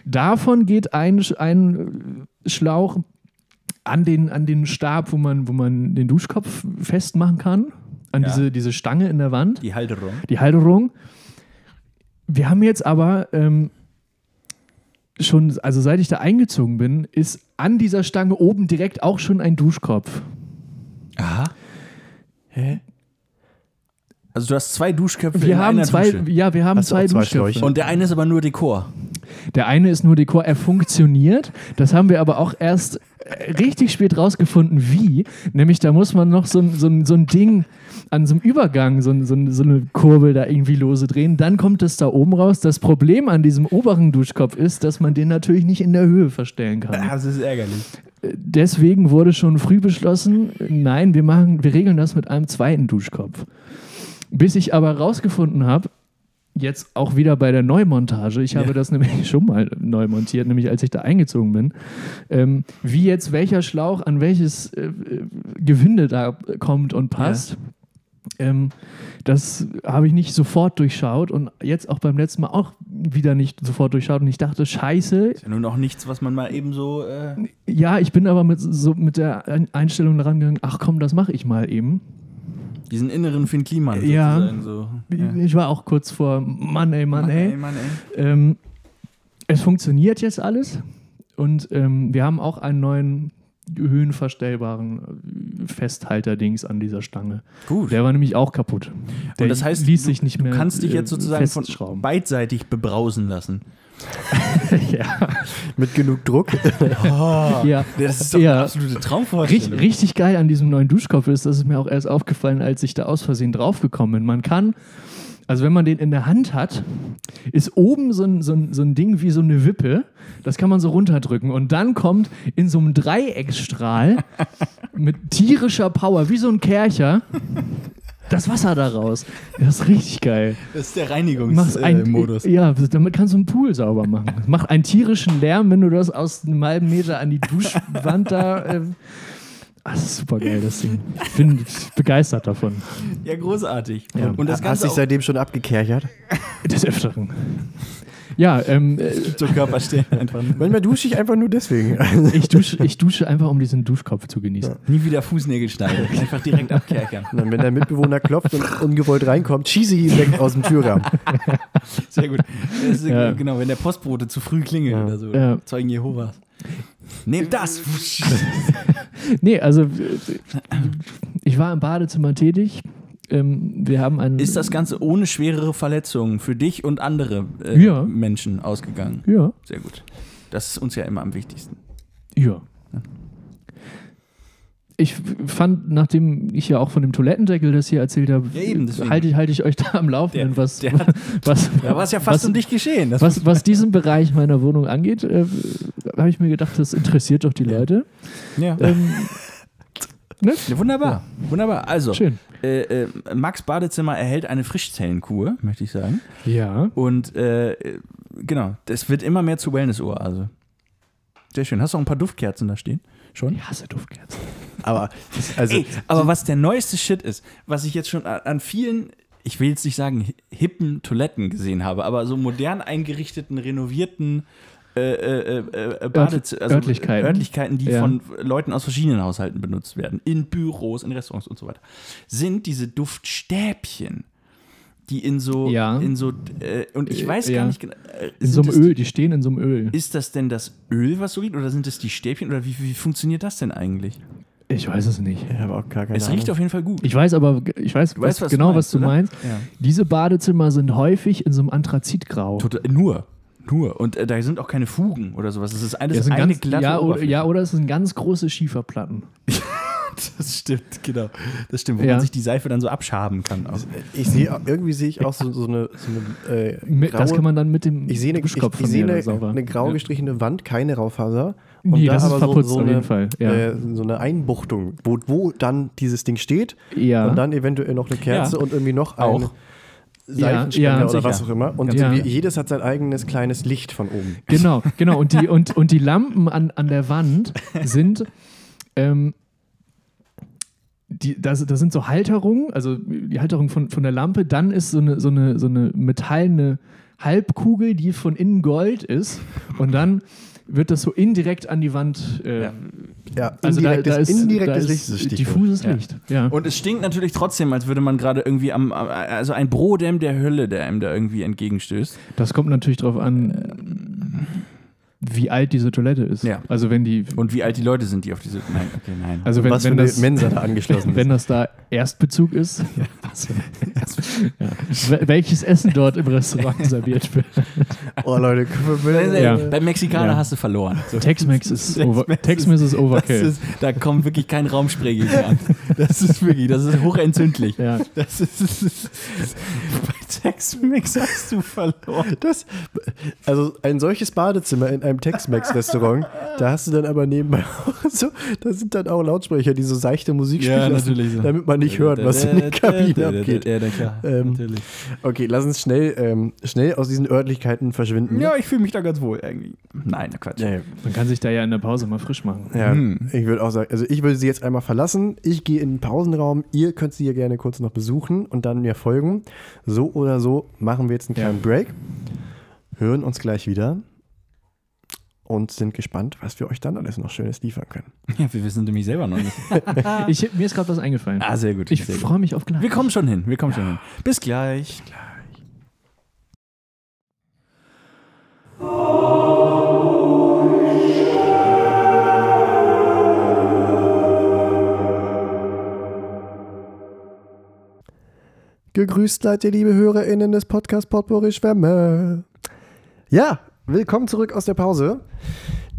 Davon geht ein, Sch- ein Schlauch an den, an den Stab, wo man, wo man den Duschkopf festmachen kann, an
Ja.
diese, diese Stange in der Wand,
Die Halterung.
die Halterung. Wir haben jetzt aber ähm, schon, also seit ich da eingezogen bin, ist an dieser Stange oben direkt auch schon ein Duschkopf.
Aha. Hä? Also du hast zwei Duschköpfe
Wir
in
haben
einer
zwei,
Dusche.
ja, wir haben
Hast du
zwei
auch zwei
Duschköpfe.
Schläuche?
Und der eine ist aber nur Dekor.
Der eine ist nur Dekor, er funktioniert. Das haben wir aber auch erst äh, richtig spät rausgefunden, wie. Nämlich da muss man noch so, ein- so, ein- so ein Ding an so einem Übergang, so, ein- so, ein- so eine Kurbel da irgendwie lose drehen. Dann kommt es da oben raus. Das Problem an diesem oberen Duschkopf ist, dass man den natürlich nicht in der Höhe verstellen kann.
Das ist ärgerlich.
Deswegen wurde schon früh beschlossen, nein, wir, machen, wir regeln das mit einem zweiten Duschkopf. Bis ich aber rausgefunden habe, jetzt auch wieder bei der Neumontage, ich habe das nämlich schon mal neu montiert, nämlich als ich da eingezogen bin, ähm, wie jetzt welcher Schlauch an welches äh, äh, Gewinde da kommt und passt. Ähm, das habe ich nicht sofort durchschaut und jetzt auch beim letzten Mal auch wieder nicht sofort durchschaut und ich dachte, scheiße,
Ist ja nun auch nichts, was man mal eben so. Äh,
ja, ich bin aber mit, so mit der Ein- Einstellung rangegangen, ach komm, das mache ich mal eben.
diesen inneren Finn Kliman
Ja.
sozusagen so. Ja.
Ich war auch kurz vor, Mann ey, Mann, ey.
Mann, ey.
Ähm, es funktioniert jetzt alles und ähm, wir haben auch einen neuen höhenverstellbaren äh, Festhalter-Dings an dieser Stange.
Gut.
Der war nämlich auch kaputt. Der
Und das heißt,
ließ
du-
sich nicht mehr
Du kannst dich
äh,
jetzt sozusagen von
festschrauben.
beidseitig bebrausen lassen.
ja.
Mit genug Druck.
ja.
Ah, Das ist doch
Ja.
eine absolute Traumvorstellung.
Richtig, richtig geil an diesem neuen Duschkopf ist, das ist mir auch erst aufgefallen, als ich da aus Versehen draufgekommen bin. Man kann, also wenn man den in der Hand hat, ist oben so ein, so ein, so ein Ding wie so eine Wippe, das kann man so runterdrücken und dann kommt in so einem Dreiecksstrahl mit tierischer Power, wie so ein Kercher, das Wasser da raus. Das ist richtig geil.
Das ist der äh,
Machst ein,
Reinigungsmodus.
Ja, damit kannst du einen Pool sauber machen. Das macht einen tierischen Lärm, wenn du das aus einem halben Meter an die Duschwand da. Äh, ah, das ist super geil, das Ding. Ich bin begeistert davon.
ja, großartig.
Ja.
Und das
Hast
Ganze
dich
auch
seitdem schon abgekerchert?
Des Öfteren. Ja, ähm, äh,
zur Körperstelle einfach.
Manchmal dusche ich einfach nur deswegen.
ich, dusche, ich dusche einfach, um diesen Duschkopf zu genießen.
Nie wieder Fußnägel schneiden. Einfach direkt abkerkern.
Und dann, wenn der Mitbewohner klopft und ungewollt reinkommt, schieße ich ihn weg aus dem Türrahmen.
Sehr gut. Das ist,
Ja.
Genau, wenn der Postbote zu früh klingelt
Ja.
oder so.
Ja.
Zeugen Jehovas. Nehmt das!
Nee, also äh, ich war im Badezimmer tätig. Ähm, wir haben einen.
Ist das Ganze ohne schwerere Verletzungen für dich und andere äh,
Ja.
Menschen ausgegangen?
Ja,
Sehr gut. Das ist uns ja immer am wichtigsten.
ja. ich fand, nachdem ich ja auch von dem Toilettendeckel das hier erzählt habe,
Ja, eben, deswegen.
halte ich, halte ich euch da am Laufenden,
Der-
was,
der hat-
was,
Da war es ja fast
was,
um dich geschehen. Das
was, was diesen Bereich meiner Wohnung angeht, äh, habe ich mir gedacht, das interessiert doch die Leute.
ja.
Ähm, ne?
Ja, wunderbar, wunderbar. Also,
Schön.
Äh, äh, Max Badezimmer erhält eine Frischzellenkur, möchte ich sagen.
Ja.
Und äh, äh, genau, das wird immer mehr zu Wellness-Oase. Sehr schön. Hast du auch ein paar Duftkerzen da stehen? Schon?
Ich hasse Duftkerzen.
Aber, also,
Ey, aber was der neueste Shit ist, was ich jetzt schon a- an vielen, ich will jetzt nicht sagen hi- hippen Toiletten gesehen habe, aber so modern eingerichteten, renovierten äh, äh, äh, äh, Badez-
Örtl- Örtlichkeiten.
Örtlichkeiten, die
Ja.
von Leuten aus verschiedenen Haushalten benutzt werden, in Büros, in Restaurants und so weiter, sind diese Duftstäbchen, die in so,
Ja.
in so äh, und ich weiß
Ja.
gar nicht genau, äh,
In so
sind
einem
das-
Öl, die stehen in so einem Öl.
Ist das denn das Öl, was so liegt, oder sind das die Stäbchen, oder wie, wie funktioniert das denn eigentlich?
Ich weiß es nicht.
ich habe auch gar keine
es riecht
Ahnung.
auf jeden Fall gut.
Ich weiß aber, ich weiß,
weißt,
was,
was du
genau,
meinst,
was du
oder?
meinst.
Ja.
Diese Badezimmer sind häufig in so einem Anthrazitgrau.
Total, nur. Nur. Und äh, da sind auch keine Fugen oder sowas. Es ist alles
Ja, sind
eine
ganz-
glatte
ja, oder,
Oberfläche.
ja, oder es sind ganz große Schieferplatten.
das stimmt, genau. Das stimmt, wo
Ja.
man sich die Seife dann so abschaben kann. Auch.
Ich sehe, auch- irgendwie sehe ich auch so, so eine, so eine äh,
Mi- das
graue-
kann man dann mit dem
ich sehe eine, ich,
Duschkopf
ich
von
sehe
mir
eine,
sauber.
eine grau
Ja.
gestrichene Wand, keine Raufaser.
Nee,
da
das ist
aber
verputzt auf jeden Fall, ja.
äh, so eine Einbuchtung, wo, wo dann dieses Ding steht
Ja.
und dann eventuell noch eine Kerze
Ja.
und irgendwie noch ein
Auch.
Seifenspender
Ja, ja,
oder
sicher.
was auch immer. Und
Ja.
je- jedes hat sein eigenes kleines Licht von oben.
Genau, genau. Und die, und, und die Lampen an, an der Wand sind. Ähm, die, das, das sind so Halterungen, also die Halterung von, von der Lampe. Dann ist so eine, so eine, so eine metallene Halbkugel, die von innen Gold ist. Und dann wird das so indirekt an die Wand. Äh,
Ja.
Ja,
Also da, da ist, da
indirektes Licht.
ist
ist das Stichwort.
diffuses
Ja.
Licht. Ja.
Und es stinkt natürlich trotzdem, als würde man gerade irgendwie am, am- also ein Brodem der Hölle, der einem da irgendwie entgegenstößt.
Das kommt natürlich darauf an, wie alt diese Toilette ist.
Ja.
Also wenn die,
Und wie alt die Leute sind, die auf diese. Nein, okay, nein.
also wenn,
was
wenn
für
das,
eine Mensa da angeschlossen
wenn
ist.
das da Erstbezug ist, ja. Wel- welches Essen dort im Restaurant serviert wird.
Oh Leute, können wir bitte-
Ja.
Beim Mexikaner
Ja.
hast du verloren.
Tex-Mex ist, over,
Tex-Mex
Tex -Mex ist Overkill.
Das ist, da kommt wirklich kein Raumspray gegen an. Das ist wirklich, das ist hochentzündlich.
ja.
Das ist, das ist, das ist bei Tex-Mex hast du verloren.
Das, also ein solches Badezimmer in einem Tex-Mex-Restaurant, da hast du dann aber nebenbei auch so, da sind dann auch Lautsprecher, die so seichte Musik
Ja,
spielen lassen,
natürlich so.
damit man nicht hört, was in der Kabine abgeht.
Ja, na klar,
Ähm,
natürlich.
Okay, lass uns schnell, ähm, schnell aus diesen Örtlichkeiten verschwinden.
Ja, ich fühle mich da ganz wohl eigentlich. Nein, Quatsch.
Ja, ja.
Man kann sich da ja in der Pause mal frisch machen.
Ja,
Hm.
ich würde auch sagen, also ich würde sie jetzt einmal verlassen. Ich gehe in den Pausenraum. Ihr könnt sie hier gerne kurz noch besuchen und dann mir folgen. So oder so machen wir jetzt einen
Ja.
kleinen Break. Hören uns gleich wieder und sind gespannt, was wir euch dann alles noch Schönes liefern können.
Ja, wir wissen nämlich selber noch nicht.
Ich, mir ist gerade was eingefallen.
Ah, sehr gut.
ich
sehr gut.
freue mich auf gleich.
Wir kommen schon hin, wir kommen schon hin. Bis gleich.
Gegrüßt seid ihr, liebe HörerInnen des Podcasts Potpourri Schwämme. Ja, willkommen zurück aus der Pause.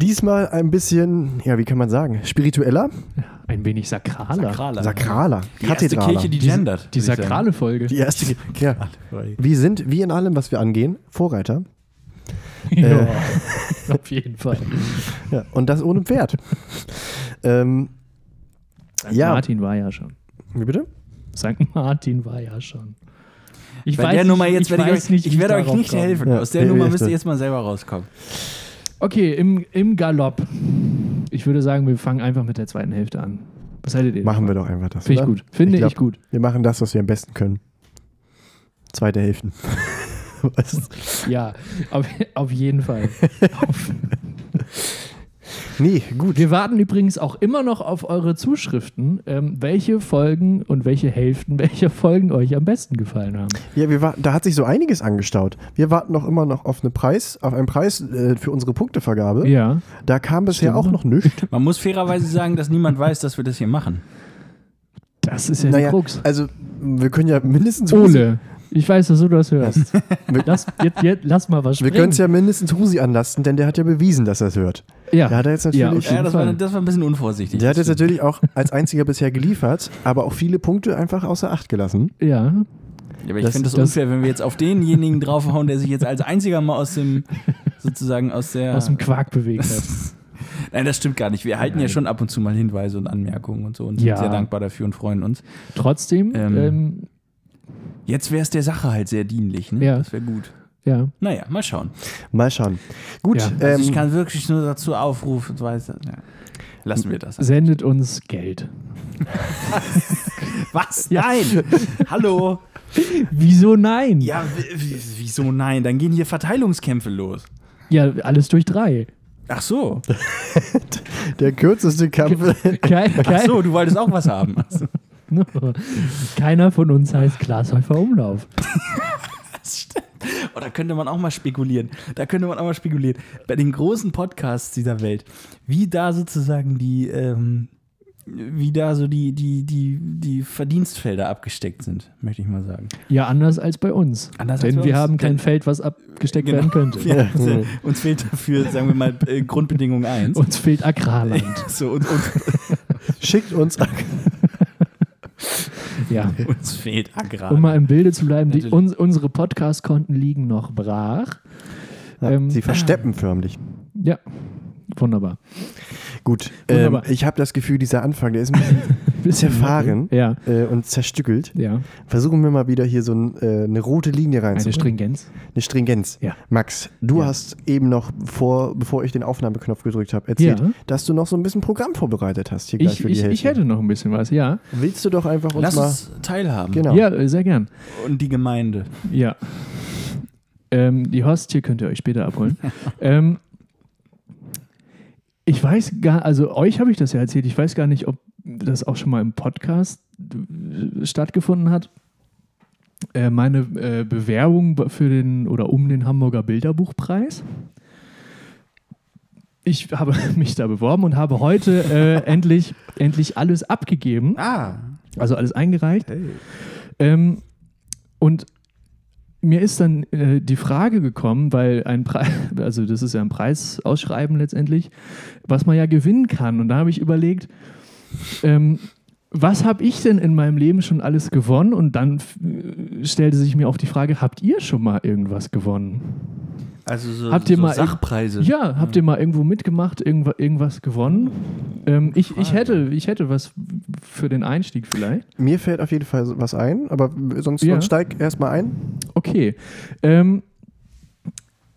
Diesmal ein bisschen, ja, wie kann man sagen, spiritueller,
Ein wenig sakraler.
sakraler,
Die erste
kathedraler.
Kirche, die gendert. würde
Die
ich sagen.
sakrale Folge.
Die erste, ja. Wir sind, wie in allem, was wir angehen, Vorreiter. Äh,
ja. Auf jeden Fall.
Ja. Und das ohne Pferd. ähm,
Äh,
St.
Ja.
Martin war ja schon.
wie bitte?
St. Martin war ja schon. Ich
Bei der Nummer jetzt werde ich,
weiß
euch, nicht,
wie
ich werde euch
darauf
nicht
komme.
helfen.
Ja,
Aus der
nee,
Nummer
nee,
müsst ihr
stimmt.
jetzt mal selber rauskommen.
Okay, im, im Galopp. Ich würde sagen, wir fangen einfach mit der zweiten Hälfte an. Was haltet ihr?
Machen wir doch einfach das.
Finde ich
oder?
gut. Finde ich,
glaub,
gut.
Wir machen das, was wir am besten können. Zweite Hälften. Was?
Ja, auf, auf jeden Fall. auf.
Nee, gut.
Wir warten übrigens auch immer noch auf eure Zuschriften, ähm, welche Folgen und welche Hälften welcher Folgen euch am besten gefallen haben.
Ja, wir warten, da hat sich so einiges angestaut. Wir warten noch immer noch auf, eine Preis, auf einen Preis äh, für unsere Punktevergabe.
Ja.
Da kam bisher
Stimmt.
auch noch nichts.
Man muss fairerweise sagen, dass niemand weiß, dass wir das hier machen.
Das ist ja die Krux.
äh, also wir können ja mindestens...
Ole. Ich weiß, dass du das hörst. lass, jetzt, jetzt, lass mal was
Wir
springen.
können es ja mindestens Husi anlasten, denn der hat ja bewiesen, dass er es hört.
ja.
Da hat er jetzt natürlich-
auf jeden
Ja, das
Fall.
war, das war ein bisschen unvorsichtig.
Der hat jetzt natürlich auch als einziger bisher geliefert, aber auch viele Punkte einfach außer Acht gelassen.
ja.
Ja, aber ich
das-
finde das
das-
unfair, wenn wir jetzt auf denjenigen draufhauen, der sich jetzt als einziger mal aus dem, sozusagen aus der.
aus dem Quark bewegt hat.
Nein, das stimmt gar nicht. Wir erhalten ja schon ab und zu mal Hinweise und Anmerkungen und so und
Ja.
sind sehr dankbar dafür und freuen uns.
Trotzdem,
Ähm.
ähm.
Jetzt wäre es der Sache halt sehr dienlich, ne?
Ja.
Das wäre gut.
ja.
Naja, mal schauen.
Mal schauen. Gut,
Ja.
Also ich
ähm,
kann wirklich nur dazu aufrufen, weiß, ja. Lassen wir das.
sendet uns Geld.
Was?
Ja.
Nein! Hallo!
Wieso nein?
Ja, w- w- wieso nein? Dann gehen hier Verteilungskämpfe los.
Ja, alles durch drei.
Ach so.
der kürzeste Kampf.
Kein,
Ach
kein, ne?
so, du wolltest auch was haben.
Keiner von uns heißt Glashäufer Umlauf.
Oder Oh, könnte man auch mal spekulieren. Da könnte man auch mal spekulieren. Bei den großen Podcasts dieser Welt, wie da sozusagen die, ähm, wie da so die, die, die, die Verdienstfelder abgesteckt sind, möchte ich mal sagen.
Ja, anders als bei uns.
Anders als
Denn
bei
wir
uns.
haben kein
Denn-
Feld, was abgesteckt
Genau.
werden könnte.
Ja, also, uns fehlt dafür, sagen wir mal, äh, Grundbedingung 1.
Uns fehlt Agrarland.
so, und, und,
Schickt uns
ja.
uns fehlt Agrar.
Um mal im Bilde zu bleiben, die,
Natürlich.
uns, unsere Podcast-Konten liegen noch brach. Ähm,
Sie versteppen förmlich.
Ja, wunderbar.
Gut, ähm,
Wunderbar.
ich habe das Gefühl, dieser Anfang, der ist ein bisschen zerfahren
Ja,
äh, und zerstückelt.
ja.
Versuchen wir mal wieder hier so ein, äh, eine rote Linie
Eine
reinzubringen.
Stringenz.
Eine Stringenz.
Ja.
Max, du
Ja.
hast eben noch, vor, bevor ich den Aufnahmeknopf gedrückt habe, erzählt,
Ja.
dass du noch so ein bisschen Programm vorbereitet hast hier gleich
Ich,
für die
ich,
Hälfte.
ich hätte noch ein bisschen was, ja.
Willst du doch einfach uns
Lass
mal...
uns teilhaben.
Genau.
Ja, äh, sehr gern.
Und die Gemeinde.
Ja. Ähm, die Hostie könnt ihr euch später abholen. ähm, ich weiß gar, also euch habe ich das ja erzählt. Ich weiß gar nicht, ob das auch schon mal im Podcast äh, stattgefunden hat. Äh, meine äh, Bewerbung für den oder um den Hamburger Bilderbuchpreis. Ich habe mich da beworben und habe heute äh, endlich, endlich alles abgegeben,
Ah,
also alles eingereicht.
hey.
Ähm, und mir ist dann äh, die Frage gekommen, weil ein Preis, also das ist ja ein Preisausschreiben letztendlich, was man ja gewinnen kann. Und da habe ich überlegt, ähm, was habe ich denn in meinem Leben schon alles gewonnen? Und dann f- äh, stellte sich mir auch die Frage, habt ihr schon mal irgendwas gewonnen?
Also so,
Habt ihr
so
mal-
Sachpreise.
Ja, habt ihr mal irgendwo mitgemacht, irgendwo, irgendwas gewonnen? Ähm, ich, ich,
Hm. Frage.
hätte, ich hätte was für den Einstieg vielleicht.
Mir fällt auf jeden Fall was ein, aber sonst,
Ja.
sonst steig erstmal ein.
Okay. Ähm,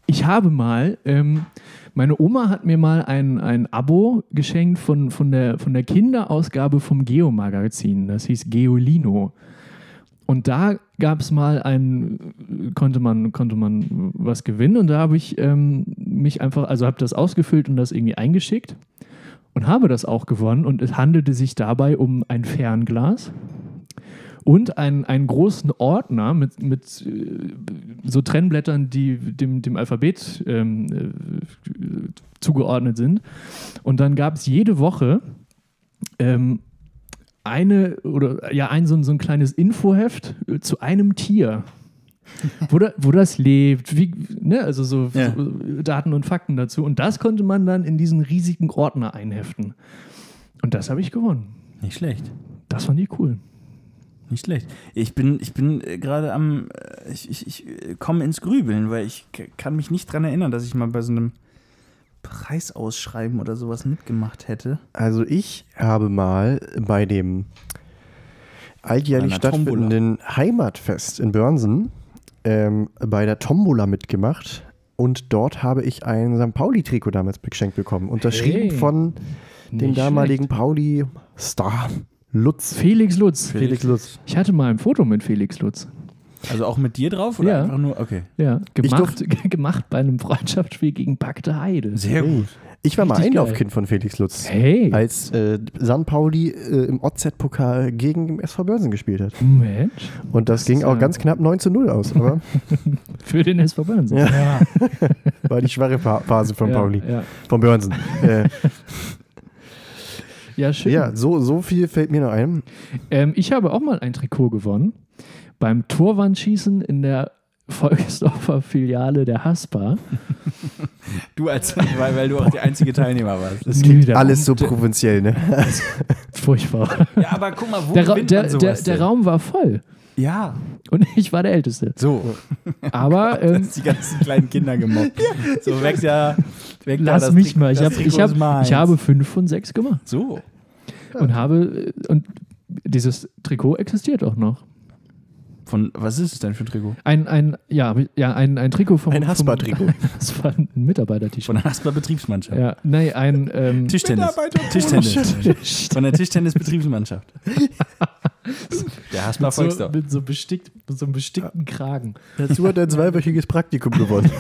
ich habe mal, ähm, meine Oma hat mir mal ein, ein Abo geschenkt von, von, der, von der Kinderausgabe vom Geo-Magazin. Das hieß Geolino. Und da gab es mal ein, konnte man, konnte man was gewinnen und da habe ich ähm, mich einfach, also habe das ausgefüllt und das irgendwie eingeschickt und habe das auch gewonnen und es handelte sich dabei um ein Fernglas und einen, einen großen Ordner mit, mit äh, so Trennblättern, die dem, dem Alphabet ähm, äh, zugeordnet sind. Und dann gab es jede Woche ähm, eine oder ja, ein so, ein- so ein kleines Infoheft äh, zu einem Tier. wo, da, wo das lebt, wie, ne, also so,
Ja.
so äh, Daten und Fakten dazu. Und das konnte man dann in diesen riesigen Ordner einheften. Und das habe ich gewonnen.
Nicht schlecht.
Das fand ich cool.
Nicht schlecht. Ich bin, ich bin äh, gerade am, äh, ich, ich, ich äh, komme ins Grübeln, weil ich k- kann mich nicht dran erinnern, dass ich mal bei so einem Preisausschreiben oder sowas mitgemacht hätte.
Also ich habe mal bei dem alljährlich
Bei einer Tombola.
stattfindenden Heimatfest in Börnsen ähm, bei der Tombola mitgemacht und dort habe ich ein St. Pauli-Trikot damals geschenkt bekommen. Unterschrieben
Hey.
von dem
Nicht
damaligen Pauli-Star Lutz.
Felix Lutz.
Felix Lutz.
Ich hatte mal ein Foto mit Felix Lutz.
Also auch mit dir drauf oder
Ja.
einfach nur? Okay.
Ja, gemacht,
durfte-
gemacht bei einem Freundschaftsspiel gegen Bagde Heide.
Sehr gut.
Ich war mal
Richtig geil.
Einlaufkind von Felix Lutz.
Hey,
Als äh, San Pauli äh, im OZ-Pokal gegen den SV Börsen gespielt hat.
Mensch,
Und das, ging
ist
auch
ja-
ganz knapp 9 zu 0 aus, aber
für den SV Börnsen.
Ja, war die schwache Fa- Phase von Pauli.
Ja,
Von Börnsen. äh,
ja schön.
ja, so, so viel fällt mir noch ein.
Ähm, ich habe auch mal ein Trikot gewonnen,
beim Torwandschießen in der Volksdorfer Filiale der Haspa.
Du als, weil, weil du auch der einzige Teilnehmer warst.
Das
Alles so provinziell, ne?
furchtbar.
Ja, aber guck mal, wo
Der, Ra
gewinnt
der,
man
der,
sowas
der
denn?
Raum war voll
Ja,
und ich war der Älteste.
So,
Oh
Aber ähm,
dass die ganzen kleinen Kinder gemobbt. so weg ja, weg da
lass
das
mich
Tri-
mal, ich,
das
hab,
Trikot
ich, hab,
ist meins.
ich habe fünf von sechs gemacht
so.
und habe äh, und dieses Trikot existiert auch noch.
Von was ist es denn für ein Trikot?
Ein, ein, ja, ja, ein, ein Trikot vom.
Ein
vom-
Haspa-Trikot.
Das war ein Mitarbeiter-T-Shirt.
Von der Hasper Betriebsmannschaft.
Ja, Oh, nein, ein ähm,
Tischtennis. Tischtennis. Von der Tischtennis Betriebsmannschaft. der Hasper
so,
Volksdorf.
mit, so bestickt, mit so einem bestickten Kragen.
dazu hat er ein zweiwöchiges Praktikum gewonnen.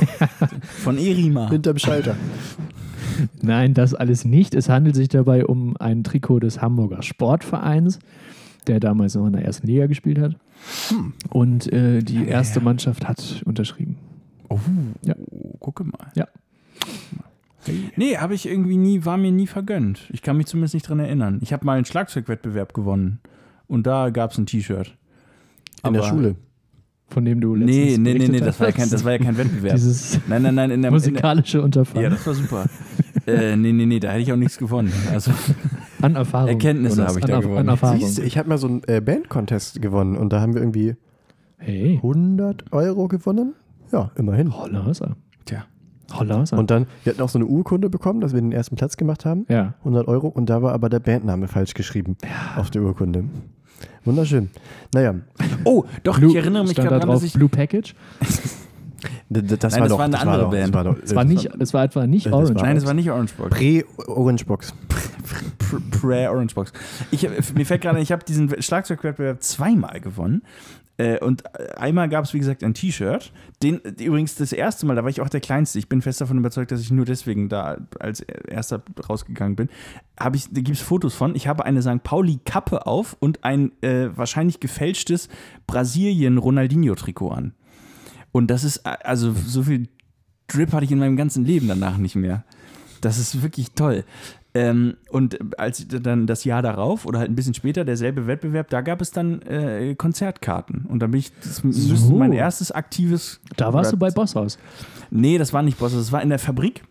Von Erima.
Hinterm Schalter.
Nein, das alles nicht. Es handelt sich dabei um ein Trikot des Hamburger Sportvereins, der damals noch in der ersten Liga gespielt hat.
Hm.
Und äh, die erste Mannschaft hat unterschrieben.
Oh,
Ja.
gucke mal.
Ja.
Nee, habe ich irgendwie nie, war mir nie vergönnt. Ich kann mich zumindest nicht dran erinnern. Ich habe mal einen Schlagzeugwettbewerb gewonnen und da gab es ein T-Shirt.
In der
Aber-
Schule.
Von dem du letztens
Nee, nee, nee, nee,
berichtet
das war, ja
hast.
kein, das war ja kein Wettbewerb.
Dieses
Nein, nein, nein, in der, in der
musikalische Unterfangen
Ja, das war super. äh, nee, nee, nee, da hätte ich auch nichts gewonnen. Also,
an Erfahrung.
Erkenntnisse
Jonas,
habe ich
an,
da
Erf-
gewonnen.
An Erfahrung.
Siehst du, ich habe mal so einen äh, Band-Contest gewonnen und da haben wir irgendwie
Hey,
100 Euro gewonnen. Ja, immerhin.
holla Hauser.
tja.
Holla Hauser.
Und dann, wir hatten auch so eine Urkunde bekommen, dass wir den ersten Platz gemacht haben.
ja.
100 Euro und da war aber der Bandname falsch geschrieben auf der Urkunde. Wunderschön. Naja,
Oh, doch,
Blue,
ich erinnere mich
stand
gerade
da
daran,
drauf
dass ich.
Blue Package.
d- d- das,
Nein,
war,
das
doch,
war eine
das
andere
doch,
Band.
Das war, doch, äh,
Es war, nicht, es war etwa nicht
Das war-
Orange.
Nein, es war nicht Orange Box.
Pre-Orangebox.
Pr- Prayer Orange Box. Ich, hab- mir fällt gerade, ich habe diesen Schlagzeugwettbewerb zweimal gewonnen. Äh, Und einmal gab es, wie gesagt, ein T-Shirt. Den übrigens das erste Mal, da war ich auch der Kleinste. Ich bin fest davon überzeugt, dass ich nur deswegen da als erster rausgegangen bin. Hab ich, da gibt es Fotos von. Ich habe eine St. Pauli-Kappe auf und ein äh, wahrscheinlich gefälschtes Brasilien-Ronaldinho-Trikot an. Und das ist, äh, also so viel Drip hatte ich in meinem ganzen Leben danach nicht mehr. Das ist wirklich toll. Ähm, und als dann das Jahr darauf oder halt ein bisschen später derselbe Wettbewerb, da gab es dann äh, Konzertkarten. Und dann bin ich, das müsste mein erstes aktives.
Da warst du
oder-
bei Bosshaus.
Nee, das war nicht Boss, das war in der Fabrik.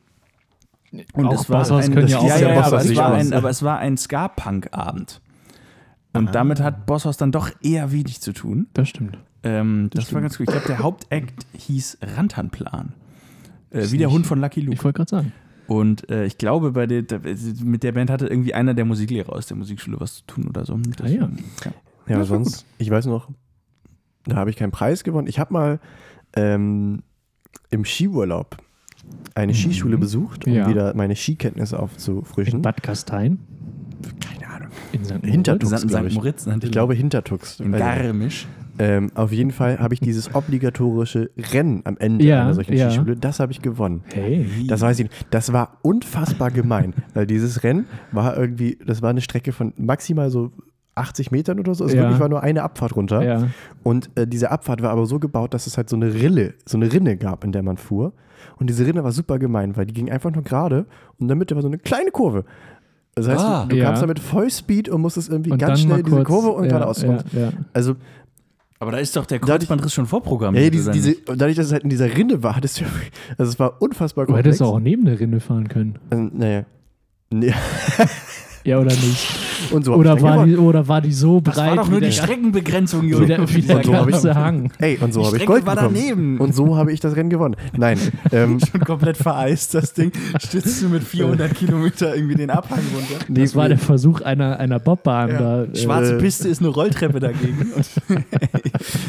Und
Auch
es war
Bosshaus
ein,
können ja
das-
auch
ja, ja,
sehr
ja,
Bosshaus
aber, es
nicht
war
aus.
ein, aber es war ein Ska-Punk-Abend. Und damit hat Bosshaus dann doch eher wenig zu tun.
Ah. Das stimmt.
Ähm, das war ganz cool. Ich glaube, der Hauptakt hieß Rantanplan. Äh, wie der Hund von Lucky Luke.
Ich wollte gerade sagen.
Und äh, ich glaube, bei der, der, mit der Band hatte irgendwie einer der Musiklehrer aus der Musikschule was zu tun oder so. Das-
Ah, ja.
ja.
Ja, aber sonst, ich weiß noch, da habe ich keinen Preis gewonnen. Ich habe mal ähm, im Skiurlaub eine Skischule besucht, um
Mhm. Ja.
wieder meine Skikenntnisse
In
aufzufrischen.
Bad Kastein.
Keine Ahnung.
In St.
Hinter-
Moritz.
Tux,
St.
glaub
St.
ich.
Moritz, natürlich.
Ich glaube Hintertux.
in
Also,
Garmisch.
ähm, auf jeden Fall habe ich dieses obligatorische Rennen am Ende
Ja,
einer solchen
ja.
Skischule, das habe ich gewonnen.
Hey.
Das weiß ich nicht. Das war unfassbar gemein, weil dieses Rennen war irgendwie, das war eine Strecke von maximal so 80 Metern oder so. Es
Ja.
wirklich war nur eine Abfahrt runter.
Ja.
Und äh, diese Abfahrt war aber so gebaut, dass es halt so eine Rille, so eine Rinne gab, in der man fuhr. Und diese Rinne war super gemein, weil die ging einfach nur gerade und in der Mitte war so eine kleine Kurve. Das heißt,
Ah.
du, du
Ja.
kamst damit Vollspeed und musstest irgendwie
Und
ganz
dann
schnell
mal
diese
kurz-
Kurve und
ja,
geradeaus.
ja,
Und
ja.
Also,
Aber da ist doch der
Dadurch-
Kreuzbandriss schon
ja,
vorprogrammiert.
ja, diese,
oder
diese,
nicht?
dadurch, dass es halt in dieser Rinne war, hattest du, also es war unfassbar
Du
komplex.
hättest auch neben der Rinde fahren können.
Ähm, naja. Nee.
Ja, oder nicht?
Und so hab ich
Oder
dann
war,
gewonnen.
die, oder war die so
das
breit
war doch
wie
nur die
der,
Streckenbegrenzung,
wie der, wie der
Und so hab ich-
ganze Hang.
Ey, und so
Die
habe ich
Strecke
Gold
war
bekommen.
daneben.
Und so habe ich das Rennen gewonnen. Nein, ähm,
schon komplett vereist, das Ding. Stützt du mit 400 Kilometer irgendwie den Abhang runter.
nee,
Das war der Versuch einer, einer Bobbahn da. äh,
Schwarze Piste ist eine Rolltreppe dagegen. Und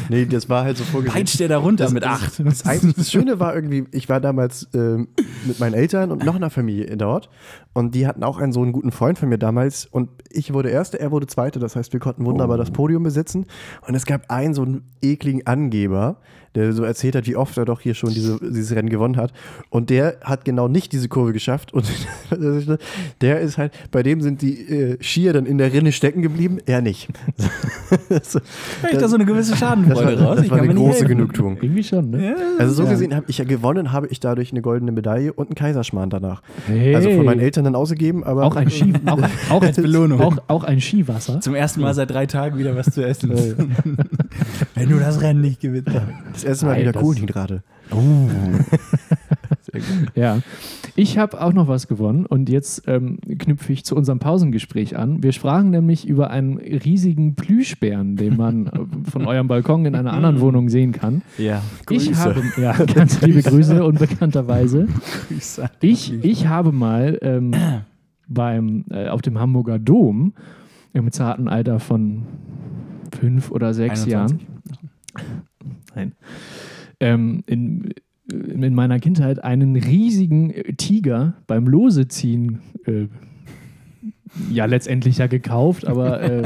nee, das war halt so vorgesehen.
peitscht der da runter
Das-
mit
das-
8.
Das, Einzige- das Schöne war irgendwie, ich war damals ähm, mit meinen Eltern und noch einer Familie dort und die hatten auch einen so einen guten Freund von mir damals und ich wurde Erste, er wurde Zweite, das heißt, wir konnten wunderbar
Oh.
das Podium besitzen und es gab einen so einen ekligen Angeber, der so erzählt hat, wie oft er doch hier schon diese, dieses Rennen gewonnen hat und der hat genau nicht diese Kurve geschafft und der ist halt, bei dem sind die äh, Skier dann in der Rinne stecken geblieben, er nicht. das,
Hör ich da so eine gewisse
das war,
Schadenfreude raus?
das
Ich
war
kann
eine
mir nicht
große
helfen.
Genugtuung.
Irgendwie schon, ne?
Also so gesehen habe ich ja gewonnen, habe ich dadurch eine goldene Medaille und einen Kaiserschmarrn danach.
Hey.
Also von meinen Eltern dann ausgegeben, aber.
Auch ein, Ski, auch, auch,
Als Belohnung.
auch, auch ein Skiwasser.
Zum ersten Mal seit drei Tagen wieder was zu essen. Wenn du das Rennen nicht gewinnst.
Das erste Mal
Nein,
wieder
das-
Kohlenhydrate.
Ja. Ich habe auch noch was gewonnen und jetzt ähm, knüpfe ich zu unserem Pausengespräch an. Wir sprachen nämlich über einen riesigen Plüschbären, den man äh, von eurem Balkon in einer anderen Wohnung sehen kann.
Ja,
Ich habe, ja, ganz liebe Grüße, unbekannterweise.
Grüße.
Ich, ich habe mal ähm, beim, äh, auf dem Hamburger Dom im zarten Alter von fünf oder sechs
21.
Jahren Nein. Ähm, in, in meiner Kindheit einen riesigen äh, Tiger beim Loseziehen äh, ja letztendlich ja gekauft, aber, äh,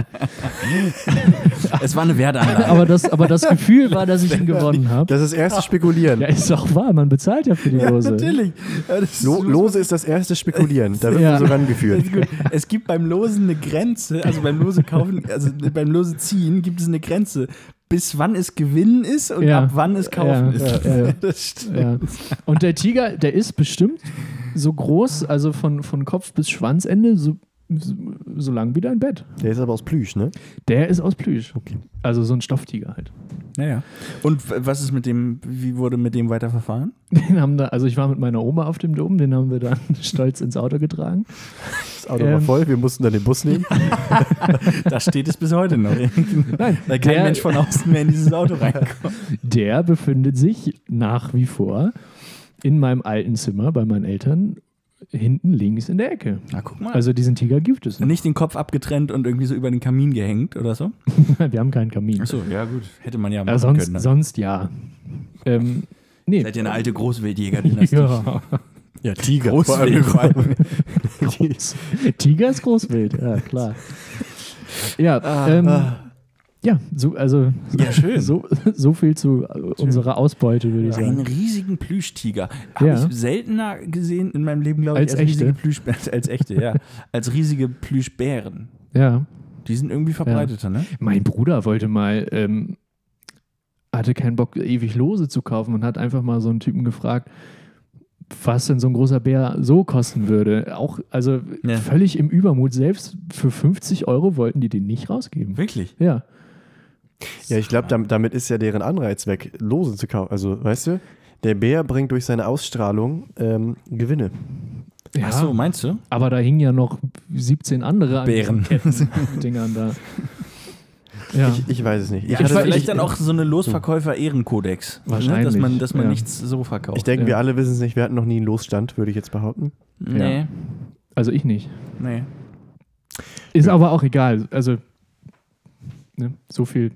Es war eine Wertanlage.
aber, das, aber das Gefühl war, dass ich ihn gewonnen habe.
Das ist das erste Spekulieren.
Ja, ist doch wahr, man bezahlt ja für die Lose.
Natürlich. Ja, das ist-
Lo Lose ist das erste Spekulieren. Da wird
Ja.
man so rangeführt.
Gut, es gibt beim Losen eine Grenze, also beim Lose kaufen, also beim Lose ziehen gibt es eine Grenze, bis wann es gewinnen ist und
Ja.
ab wann es kaufen
Ja,
ist.
ja, ja.
Das stimmt.
Ja. Und der Tiger, der ist bestimmt so groß, also von, von Kopf bis Schwanzende, so, so, so lang wie dein Bett.
Der ist aber aus Plüsch, ne?
Der ist aus Plüsch. Also so ein Stofftiger halt.
Naja. Und w- was ist mit dem, wie wurde mit dem weiterverfahren?
Den haben da, also ich war mit meiner Oma auf dem Dom, den haben wir dann stolz ins Auto getragen.
Das Auto war
Ähm.
voll, wir mussten dann den Bus nehmen.
Da steht es bis heute noch. Nein, da kein
der-
Mensch von außen mehr in dieses Auto reinkommt.
Der befindet sich nach wie vor in meinem alten Zimmer bei meinen Eltern hinten links in der Ecke.
Na, guck mal. Also,
Also diesen Tiger gibt es nicht.
nicht den Kopf abgetrennt und irgendwie so über den Kamin gehängt oder so?
Wir haben keinen Kamin.
Achso, ja gut. Hätte man ja machen
Äh, sonst,
können. ne?
sonst ja. Ähm, nee.
Seid ihr eine alte Großwildjägerdynastie?
ja.
Ja, Tiger.
Vor allem- vor allem-
Groß. Tiger ist Großwild, ja klar. Ja, ähm, ja so, also
Ja, schön.
So, so viel zu äh, unserer Ausbeute, würde ich
Einen
sagen.
riesigen Plüschtiger. Habe
Ja.
ich seltener gesehen in meinem Leben, glaube ich,
Als echte.
riesige Plüschbären. Als echte, ja. als riesige Plüschbären.
Ja.
Die sind irgendwie verbreiteter, ne?
Mein Bruder wollte mal, ähm, hatte keinen Bock, ewig Lose zu kaufen und hat einfach mal so einen Typen gefragt, was denn so ein großer Bär so kosten würde. Auch, also
Ja.
völlig im Übermut, selbst für 50 Euro wollten die den nicht rausgeben.
Wirklich?
Ja.
Ja, ich glaube, damit, damit ist ja deren Anreiz weg, Lose zu kaufen. Also, weißt du, der Bär bringt durch seine Ausstrahlung ähm, Gewinne.
ja.
Ach so, meinst du?
Aber da hingen ja noch 17 andere an
Bären.
diesen Kettendingern da. Ja.
Ich, ich weiß es nicht.
Ja,
ich,
das ist
weiß-
vielleicht
ich-
dann auch so eine Losverkäufer-Ehrenkodex. Ne?
Wahrscheinlich,
Dass man, dass man
ja.
nichts so verkauft.
ich denke,
ja.
wir alle wissen es nicht. Wir hatten noch nie einen Losstand, würde ich jetzt behaupten.
nee,
Ja. also ich nicht.
nee.
Ist aber auch egal. Also ne, so viel.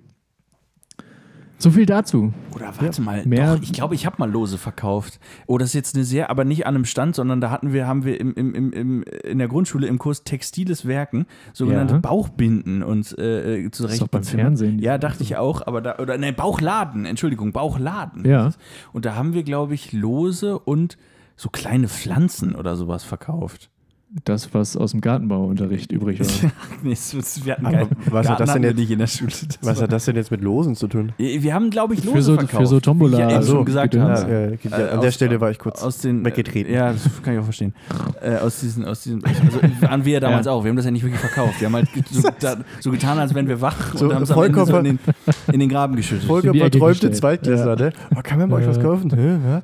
So viel dazu.
Oder warte mal,
Mehr-
doch, ich glaube, ich habe mal Lose verkauft. Oh, das ist jetzt eine sehr, aber nicht an einem Stand, sondern da hatten wir, haben wir im, im, im, im, in der Grundschule im Kurs Textiles Werken sogenannte
Ja.
Bauchbinden und äh, äh, zurecht.
doch beim Fernsehen.
Ja, dachte ich auch, aber da, oder ne, Bauchladen, Entschuldigung, Bauchladen.
Ja.
Und da haben wir, glaube ich, Lose und so kleine Pflanzen oder sowas verkauft.
Das, was aus dem Gartenbauunterricht übrig war.
nee, das, das, wir hatten
Aber
keinen
was hat das
Garten
denn
hatten wir nicht in der Schule? Das
Was
war-
hat das denn jetzt mit Losen zu tun?
wir haben, glaube ich, Lose
Für so,
verkauft.
für so Tombola.
Wie ich ja eben
so,
schon gesagt
Gedöns.
habe.
Ja, äh, ja,
Äh,
an
aus-
der Stelle war ich kurz
aus den
weggetreten.
Äh, ja, das kann ich auch verstehen. äh, aus diesen, aus diesen, also waren wir damals auch. Wir haben das ja nicht wirklich verkauft. Wir haben halt so, da, so getan, als wären wir wach
So
und haben es am Ende so in
vollkommen-
den, in den Graben geschüttet.
Volker
die Ecke
verträumte
gestellt.
Zweitklässler, ne? Oh, kann man bei euch
Ja.
was kaufen? Hä? Ja?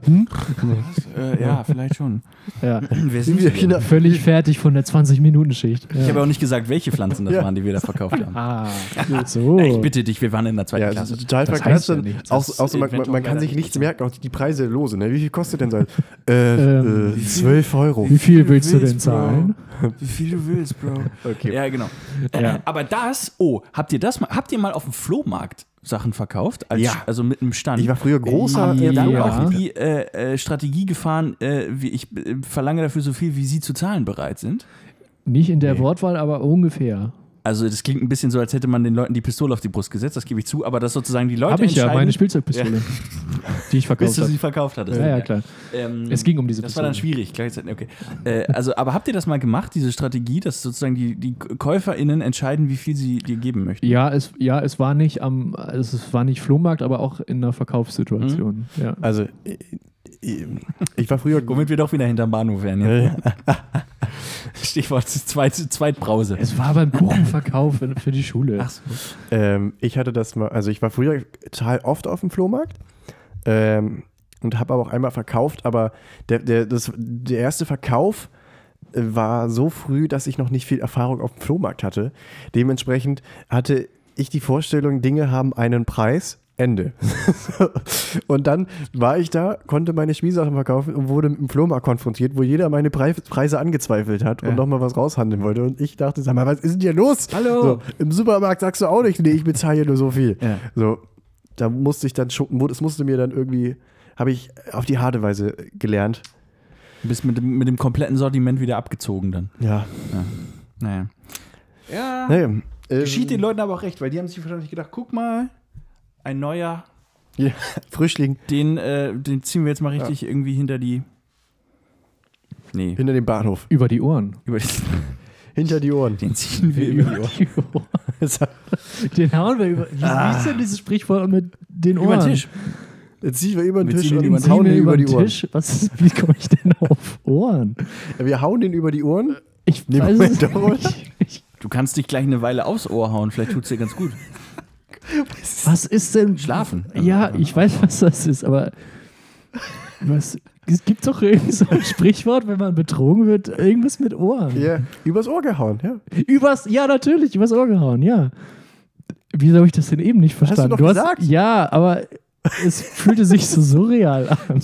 Äh, ja, vielleicht schon.
Ja.
Wer
Sind
sind
wir genau-
wir?
China?
Völlig fertig von der 20-Minuten-Schicht.
Ich habe
Ja.
auch nicht gesagt, welche Pflanzen das
Ja.
waren, die wir da verkauft haben.
Ah, so.
Ich bitte dich, wir waren in der zweiten
Ja, das
Klasse.
ist total
Das
verknallt.
heißt ja nichts.
auch,
Das
auch so, man,
Event
man,
auch
man kann
leider
sich nichts
nicht.
merken, auch die Preise lose. Ne? Wie viel kostet denn so ein? Äh,
Ähm,
äh, 12 Euro.
Wie viel willst du denn
willst, Bro?
zahlen?
Wie viel du willst, Bro.
Okay.
Ja, genau.
Ja.
Aber das, oh, habt ihr das mal, habt ihr mal auf dem Flohmarkt Sachen verkauft? Als,
Ja.
Also mit einem Stand?
Ich war früher großer.
Habt ihr dann
Ja.
auch die äh, äh, Strategie gefahren, äh, wie ich äh, verlange dafür so viel, wie Sie zu zahlen bereit sind?
Nicht in der Wortwahl, aber ungefähr.
Also das klingt ein bisschen so, als hätte man den Leuten die Pistole auf die Brust gesetzt, das gebe ich zu, aber dass sozusagen die Leute
Habe ich ja,
entscheiden,
meine Spielzeugpistole, die ich
bis
verkauft
du
habe.
sie verkauft hattest.
Ja, ja, klar.
Ähm,
Es ging um diese
das war dann
Pistole.
schwierig, gleichzeitig. Okay. Äh, also, aber habt ihr das mal gemacht, diese Strategie, dass sozusagen die, die KäuferInnen entscheiden, wie viel sie dir geben möchten?
Ja, es, ja, es war nicht am, also es war nicht Flohmarkt, aber auch in einer Verkaufssituation. Ja.
Also, äh, äh, ich war früher.
Womit wir doch wieder hinterm Bahnhof wären. Ja.
Äh,
Stichwort Zweit, Zweitbrause.
Es war beim Kuchenverkauf für für die Schule.
Ach so.
Ähm, ich hatte das mal, also ich war früher total oft auf dem Flohmarkt ähm, und habe aber auch einmal verkauft, aber der, der, das, der erste Verkauf äh, war so früh, dass ich noch nicht viel Erfahrung auf dem Flohmarkt hatte. Dementsprechend hatte ich die Vorstellung, Dinge haben einen Preis. Ende. und dann war ich da, konnte meine Spielsachen verkaufen und wurde mit dem Flohmarkt konfrontiert, wo jeder meine Pre Preise angezweifelt hat und nochmal was raushandeln wollte. Und ich dachte, sag mal, was ist denn hier los?
Hallo.
So, im Supermarkt sagst du auch nicht, nee, ich bezahle hier nur so viel.
Ja.
So, da musste ich dann schon, es musste mir dann irgendwie, habe ich auf die harte Weise gelernt.
Du bist mit dem, mit dem kompletten Sortiment wieder abgezogen dann.
Ja.
Naja. Ja.
Naja, ähm,
Geschieht den Leuten aber auch recht, weil die haben sich wahrscheinlich gedacht, guck mal, ein neuer,
ja, Frischling
den, äh, den ziehen wir jetzt mal richtig irgendwie hinter die. Nee.
hinter dem Bahnhof,
Über die Ohren.
über die,
hinter die Ohren.
den ziehen wir über die Ohren.
Den hauen wir über. Wie, wie ist denn dieses Sprichwort mit Ah. den Ohren?
Über den Tisch.
Jetzt ziehen wir über den
Wir
Tisch
ziehen
und
ihn über
Den
den
hauen
hauen
den über die
den
Ohren.
Tisch? Was ist, wie komme ich denn auf Ohren?
Wir hauen den über die Ohren.
Ich
Nee,
weiß es
Moment,
nicht. Ich,
Du kannst dich gleich eine Weile aufs Ohr hauen, vielleicht tut es dir ganz gut.
was ist denn?
Schlafen.
Ja, ich weiß, was das ist, aber was, es gibt doch irgendwie so ein Sprichwort, wenn man betrogen wird, irgendwas mit Ohren.
Ja, übers Ohr gehauen. Ja.
Übers, ja, natürlich, übers Ohr gehauen, ja. Wieso habe ich das denn eben nicht
du
verstanden?
doch gesagt.
ja, aber es fühlte sich so surreal an,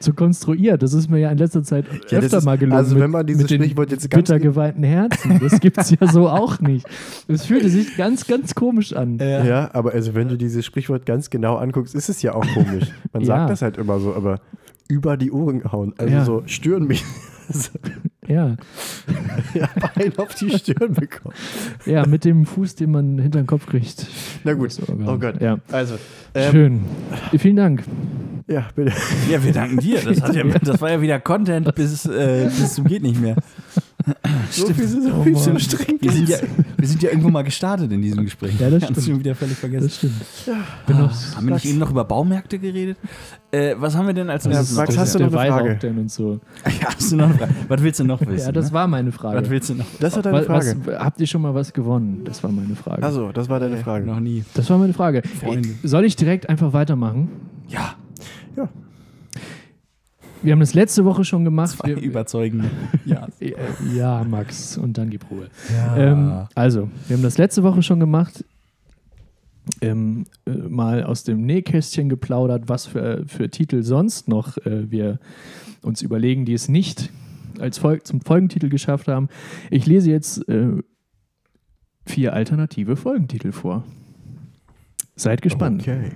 so konstruiert. Das ist mir ja in letzter Zeit
Ja, das
öfter
ist-
mal gelungen.
also
mit-
wenn man dieses
mit den
Sprichwort jetzt ganz
bitter geweinten Herzen, das gibt es ja so auch nicht. Es fühlte sich ganz, ganz komisch an.
Ja. aber also wenn du dieses Sprichwort ganz genau anguckst, ist es ja auch komisch. Man
Ja.
sagt das halt immer so, aber über die Ohren gehauen. Also
Ja.
so stören mich. so,
Ja,
ja, ein auf die Stirn bekommen.
ja, mit dem Fuß, den man hinter den Kopf kriegt.
Na gut.
Das Ohr gehauen.
Oh Gott.
Ja.
Also, ähm,
Schön. Vielen Dank.
ja, bitte.
Ja, wir danken dir. Das, hat ja, das war ja wieder Content bis, äh, bis zum geht nicht mehr.
So viel, so
Oh
viel
Mann.
zum Stricken.
Wir sind, ja, wir sind ja irgendwo mal gestartet in diesem Gespräch.
Ja, das
Hast du
stimmt.
schon wieder völlig vergessen.
Das stimmt. Bin noch,
Haben wir nicht eben noch über Baumärkte geredet? Äh, was haben wir denn als
Ja,
nächstes?
Max,
noch
hast du
der
noch eine
Weihrauch
Frage?
denn und so.
ja, hast du noch eine Frage? Was willst du noch wissen?
Ja, das
ne?
war meine Frage.
was willst du noch?
Das war deine
Wa- was,
Frage.
habt ihr schon mal was gewonnen? Das war meine Frage.
Also, das war
äh,
deine Frage.
genau.
Noch nie.
das war meine Frage.
Freunde.
Soll ich direkt einfach weitermachen?
Ja,
Wir haben das letzte Woche schon gemacht.
zwei
Wir,
überzeugende. Ja.
Äh, ja, Max, und dann gib Ruhe. Ähm, also, wir haben das letzte Woche schon gemacht. Ähm, äh, mal aus dem Nähkästchen geplaudert, was für, für Titel sonst noch äh, wir uns überlegen, die es nicht als Fol zum Folgentitel geschafft haben. Ich lese jetzt äh, vier alternative Folgentitel vor. Seid gespannt.
Okay.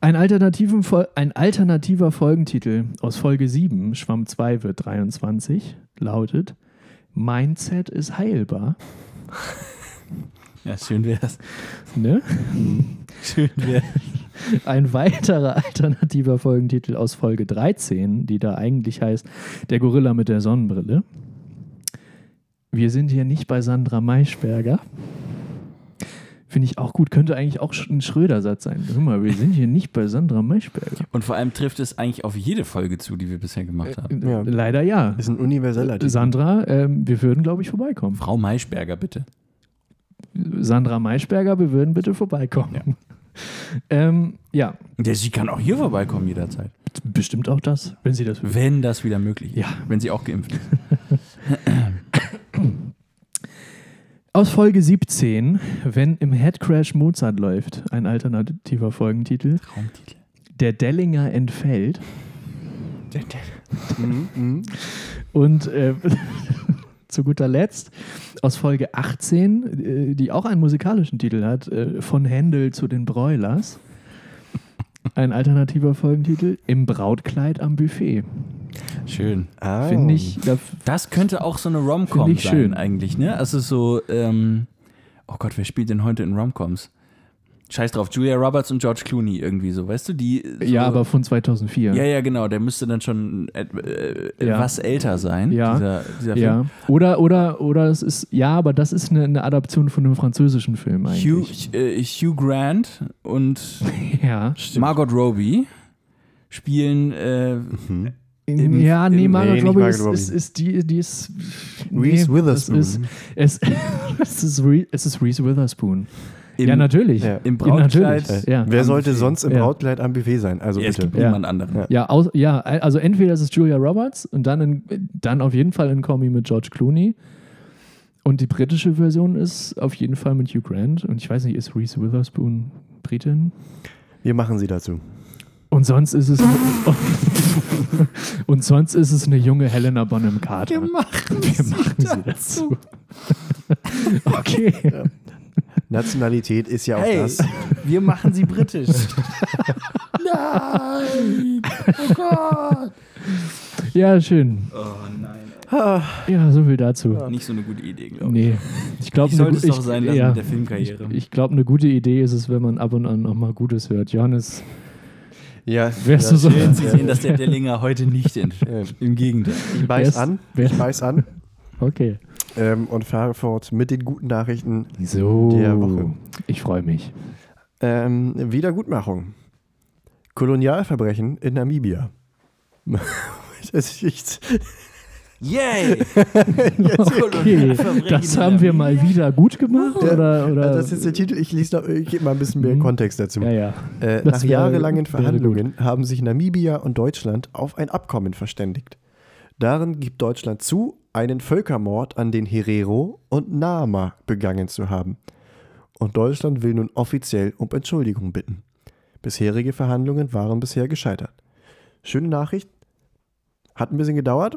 Ein, alternativen, Fol- ein alternativer Folgentitel aus Folge 7, Schwamm 2 wird 23, lautet Mindset ist heilbar.
ja, schön wär's.
Ne?
Schön wär's.
Ein weiterer alternativer Folgentitel aus Folge 13, die da eigentlich heißt Der Gorilla mit der Sonnenbrille. Wir sind hier nicht bei Sandra Maischberger. Finde ich auch gut, könnte eigentlich auch sch- ein Schröder-Satz sein. Hör mal, wir sind hier nicht bei Sandra Maischberger.
Und vor allem trifft es eigentlich auf jede Folge zu, die wir bisher
Äh,
gemacht haben.
Ja.
Leider ja.
Ist ein
äh,
universeller Titel.
Sandra, ähm, wir würden, glaube ich, vorbeikommen.
Frau Maischberger, bitte.
Sandra Maischberger, wir würden bitte vorbeikommen. Ja. Ähm, ja,
Der, sie kann auch hier vorbeikommen jederzeit.
bestimmt auch das, wenn sie das will.
Wenn das wieder möglich ist.
Ja.
Wenn sie auch geimpft ist.
Aus Folge 17, wenn im Headcrash Mozart läuft, ein alternativer Folgentitel,
Traumtitel.
der Dellinger entfällt.
Mhm, mhm.
Und äh, zu guter Letzt aus Folge 18, äh, die auch einen musikalischen Titel hat, äh, von Händel zu den Broilers. Ein alternativer Folgentitel, im Brautkleid am Buffet.
Schön.
Ah.
Finde ich, da
Das könnte auch so eine Rom-Com
Finde ich
sein,
schön.
eigentlich, ne? Also so, ähm, oh Gott, wer spielt denn heute in Rom-Coms? Scheiß drauf, Julia Roberts und George Clooney irgendwie so, weißt du? Die, so,
Ja, aber von 2004.
Ja, ja, genau, der müsste dann schon et, äh,
Ja.
etwas älter sein,
Ja.
dieser, dieser Film.
Ja. Oder, oder, oder es ist, ja, aber das ist eine, eine Adaption von einem französischen Film
Hugh,
eigentlich.
äh, Hugh Grant und
Ja.
Margot Robbie spielen äh,
Im-
ja, nee,
im-
Margot
nee, nicht
Robbie
Margot
ist,
Robbie.
Ist, ist die, die ist.
Reese Witherspoon.
Es ist, es, es, ist Re, es ist Reese Witherspoon.
Im,
ja, natürlich.
ja. Äh,
Im
Ja,
Brautkleid.
natürlich. Ja.
Wer
Am
sollte
Buffet.
sonst im
Ja.
Brautkleid am Buffet sein? Also
Ja, es
bitte.
gibt
Ja.
niemand anderen.
Ja.
Ja, aus, ja, also entweder ist es Julia Roberts und dann, in, dann auf jeden Fall in Kombi mit George Clooney. Und die britische Version ist auf jeden Fall mit Hugh Grant. Und ich weiß nicht, ist Reese Witherspoon Britin?
Wir machen sie dazu.
Und sonst ist es. und sonst ist es eine junge Helena Bonham Carter.
machen
Wir machen sie dazu. okay.
Nationalität ist ja auch
Hey,
das.
wir machen sie britisch. nein! Oh Gott!
Ja, schön.
Oh nein.
Ja, so viel dazu.
Nicht so eine gute Idee, glaube ich.
Nee. Ich glaube,
Ich sollte es doch sein lassen mit der Filmkarriere.
Ich, ich glaube, eine gute Idee ist es, wenn man ab und an noch mal Gutes hört. Johannes,
Ja,
wärst du so-
schön.
Sie sehen, dass der Dellinger heute nicht in.
Ja.
Im Gegenteil.
Ich beiß
Wärst-
an,
wär-
ich beiß an
okay.
ähm, und fahre fort mit den guten Nachrichten.
So,
Der Woche.
Oh, ich freue mich.
Ähm, Wiedergutmachung. Kolonialverbrechen in Namibia. Das ist-
Yay!
Okay, das haben wir mal wieder gut gemacht,
Ja,
oder? oder?
das ist der Titel. Ich lese noch, ich gebe mal ein bisschen mehr
Äh, Mhm.
Kontext dazu.
Ja, ja.
Äh,
Das
nach
wäre-
jahrelangen
wäre
Verhandlungen haben sich Namibia und Deutschland auf ein Abkommen verständigt. Darin gibt Deutschland zu, einen Völkermord an den Herero und Nama begangen zu haben. Und Deutschland will nun offiziell um Entschuldigung bitten. Bisherige Verhandlungen waren bisher gescheitert. Schöne Nachricht. Hat ein bisschen gedauert.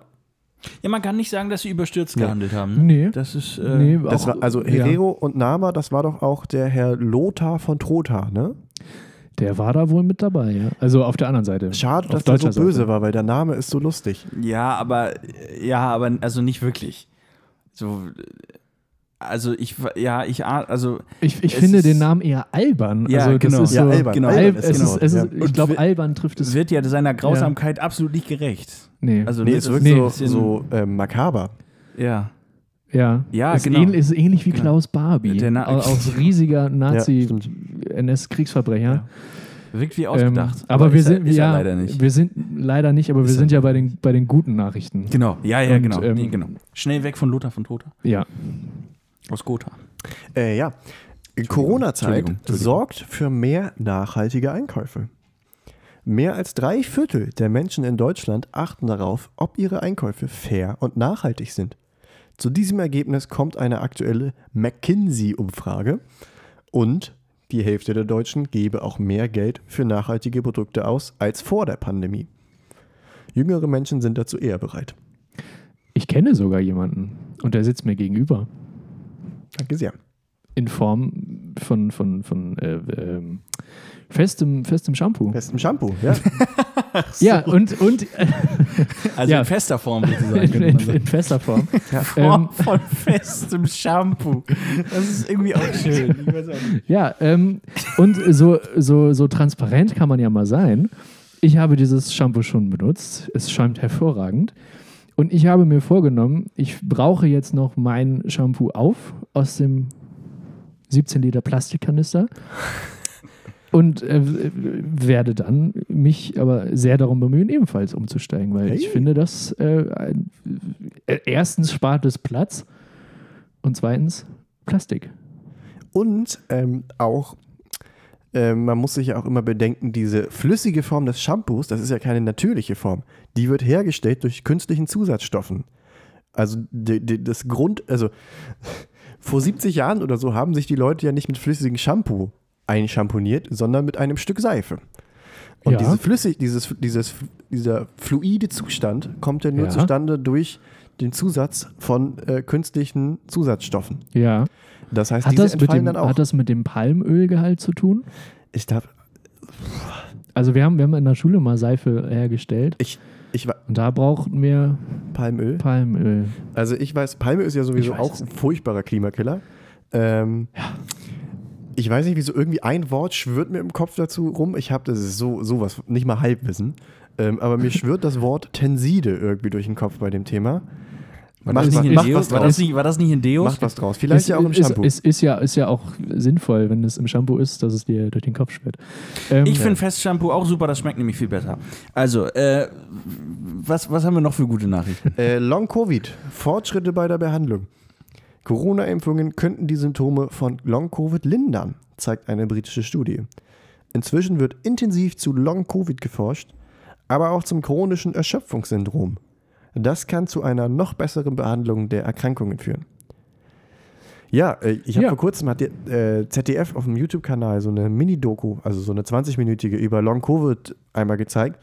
Ja, man kann nicht sagen, dass sie überstürzt
Nee.
gehandelt haben. ne?
Nee.
Das ist. Äh,
Nee,
Das
auch-
war, also
ja.
Herero und Nama, das war doch auch der Herr Lothar von Trotha, ne?
Der war da wohl mit dabei, ja. Also auf der anderen Seite.
Schade,
Auf
dass der so
deutscher Seite.
böse war, weil der Name ist so lustig.
Ja, aber ja, aber also nicht wirklich. So äh, also ich ja, ich ah- also
Ich, ich
Es
finde
ist-
den Namen eher albern.
Ja,
also, das
genau.
Ist so,
Ja, albern.
Genau.
Albern
Al-
ist
es
genau,
ist, es
ja.
ist, ich
Und
glaube,
wir-
albern trifft es.
es wird ja seiner Grausamkeit absolut nicht gerecht.
nee.
Also
Nee,
das
es wirkt so,
bisschen-
so äh, makaber.
ja.
ja.
Ja,
ist
genau.
ähnlich- ist ähnlich wie
Genau.
Klaus Barbie.
Der Na-
Au- auch riesiger
Ja,
Nazi-NS-Kriegsverbrecher.
Wirkt wie
ähm,
ausgedacht.
aber wir
ist er-
sind
ist er
ja
leider nicht.
Wir sind leider nicht, aber wir
er
sind ja bei den, bei den guten Nachrichten.
Genau. Ja, ja,
Und,
genau.
ähm,
nee, genau. Schnell weg von Lothar von Trotha.
Ja.
Aus Gotha.
Äh, ja. Corona-Zeit
Entschuldigung, Entschuldigung.
sorgt für mehr nachhaltige Einkäufe. Mehr als drei Viertel der Menschen in Deutschland achten darauf, ob ihre Einkäufe fair und nachhaltig sind. Zu diesem Ergebnis kommt eine aktuelle McKinsey-Umfrage und die Hälfte der Deutschen gebe auch mehr Geld für nachhaltige Produkte aus als vor der Pandemie. Jüngere Menschen sind dazu eher bereit.
Ich kenne sogar jemanden und der sitzt mir gegenüber
Danke sehr.
in Form von, von, von äh, ähm, festem, festem Shampoo.
Besten Shampoo, ja.
Ja, und, und
Also
Ja. Ähm,
in fester Form sozusagen.
in,
könnte
Genau,
man
in,
sagen.
in fester Form.
Form
ähm,
von festem Shampoo. Das ist irgendwie auch schön. Ich weiß auch nicht.
Ja, ähm, und so, so, so transparent kann man ja mal sein. Ich habe dieses Shampoo schon benutzt. Es schäumt hervorragend. Und ich habe mir vorgenommen, ich brauche jetzt noch mein Shampoo auf aus dem 17 Liter Plastikkanister und äh, werde dann mich aber sehr darum bemühen, ebenfalls umzusteigen, weil ich
Hey.
finde, dass äh, ein, äh, erstens spart es Platz und zweitens Plastik.
Und ähm, auch, ähm, man muss sich ja auch immer bedenken, diese flüssige Form des Shampoos, das ist ja keine natürliche Form. Die wird hergestellt durch künstlichen Zusatzstoffen. Also de- de- das Grund, also vor 70 Jahren oder so haben sich die Leute ja nicht mit flüssigem Shampoo einschamponiert, sondern mit einem Stück Seife. Und
Ja.
diese flüssig, dieses, dieses, dieser fluide Zustand kommt ja nur
Ja.
zustande durch den Zusatz von äh, künstlichen Zusatzstoffen.
Ja.
Das heißt,
Hat
diese
das, mit
entfallen
dem,
dann auch.
hat das mit dem Palmölgehalt zu tun?
Ich glaube,
Also wir haben, wir haben in der Schule mal Seife hergestellt
ich, ich war
und da brauchten wir
Palmöl.
Palmöl.
Also ich weiß, Palmöl ist ja sowieso
Ich weiß
auch
es
ein furchtbarer Klimakiller. Ähm, Ich weiß nicht, wieso irgendwie ein Wort schwirrt mir im Kopf dazu rum. Ich habe das ist so sowas nicht mal Halbwissen, ähm, aber mir schwirrt das Wort Tenside irgendwie durch den Kopf bei dem Thema.
War
Macht
das
was-
nicht in
macht
Deo?
was
War
draus.
das nicht- war das nicht in Deo?
Macht was draus. Vielleicht ja auch im Shampoo.
Ist, ist, ist, ja, ist ja auch sinnvoll, wenn es im Shampoo ist, dass es dir durch den Kopf schwirrt. Ähm,
Ich finde Festshampoo auch super, das schmeckt nämlich viel besser. Also, äh, was, was haben wir noch für gute Nachrichten?
Äh, Long Covid. Fortschritte bei der Behandlung. Corona-Impfungen könnten die Symptome von Long Covid lindern, zeigt eine britische Studie. Inzwischen wird intensiv zu Long Covid geforscht, aber auch zum chronischen Erschöpfungssyndrom. Das kann zu einer noch besseren Behandlung der Erkrankungen führen. Ja, äh, ich habe
Ja.
vor kurzem hat die, äh, ZDF auf dem YouTube-Kanal so eine Mini-Doku, also so eine 20-minütige über Long Covid einmal gezeigt.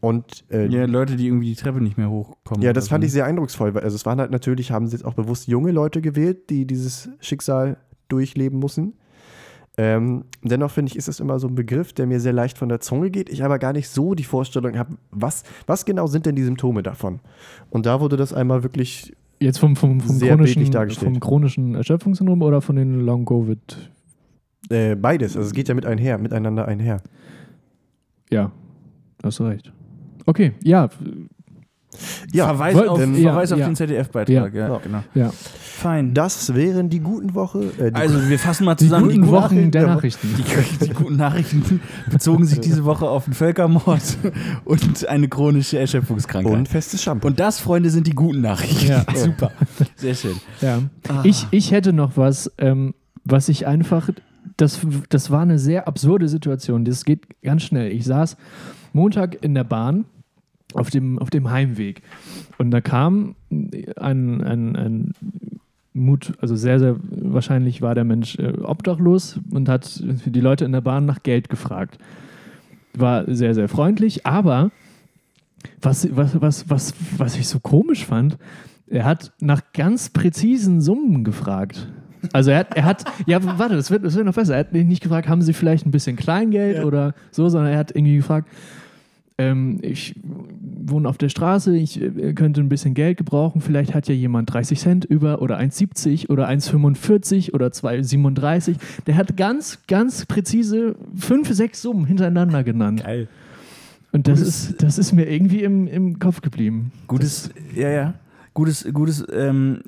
Und äh,
Ja, Leute, die irgendwie die Treppe nicht mehr hochkommen.
ja,
oder
das
so. ne?
fand ich sehr eindrucksvoll. weil- Also es waren halt natürlich, haben sie jetzt auch bewusst junge Leute gewählt, die dieses Schicksal durchleben müssen. Ähm, dennoch finde ich, ist es immer so ein Begriff, der mir sehr leicht von der Zunge geht, ich aber gar nicht so die Vorstellung habe, was, was genau sind denn die Symptome davon? Und da wurde das einmal wirklich,
Jetzt vom, vom, vom,
Sehr bildlich
chronischen,
dargestellt.
vom chronischen Erschöpfungssyndrom oder von den Long-Covid?
äh, beides, also es geht ja mit einher, miteinander einher.
Ja, hast du recht. Okay, ja,
Ja,
Verweis
woll-
auf,
ähm,
Verweis
ja,
auf
ja.
den ZDF-Beitrag. Ja,
Ja.
genau.
ja.
Fein.
das wären die guten Woche. Äh, die
also, wir fassen mal
Die
zusammen.
guten Wochen der
der Wo-
Nachrichten.
Die, die guten Nachrichten bezogen sich diese Woche auf den Völkermord und eine chronische Erschöpfungskrankheit.
und festes Shampoo.
Und das, Freunde, sind die guten Nachrichten.
Ja.
Super. Sehr schön.
Ja. Ich, ich hätte noch was, ähm, was ich einfach. Das, das war eine sehr absurde Situation. Das geht ganz schnell. Ich saß Montag in der Bahn auf dem, auf dem Heimweg. Und da kam ein, ein, ein Mut, also sehr, sehr wahrscheinlich war der Mensch äh, obdachlos und hat die Leute in der Bahn nach Geld gefragt. War sehr, sehr freundlich, aber was, was, was, was, was ich so komisch fand, er hat nach ganz präzisen Summen gefragt. Also er hat, er hat ja, warte, das wird, das wird noch besser. Er hat nicht gefragt, haben Sie vielleicht ein bisschen Kleingeld oder so, sondern er hat irgendwie gefragt, ähm, ich wohne auf der Straße, ich äh, könnte ein bisschen Geld gebrauchen, vielleicht hat ja jemand 30 Cent über oder 1,70 oder 1,45 oder 2,37. Der hat ganz, ganz präzise fünf, sechs Summen hintereinander genannt.
Geil.
Und das ist, das ist mir irgendwie im, im Kopf geblieben.
Gutes, ja, ja. Gutes, gutes, ähm,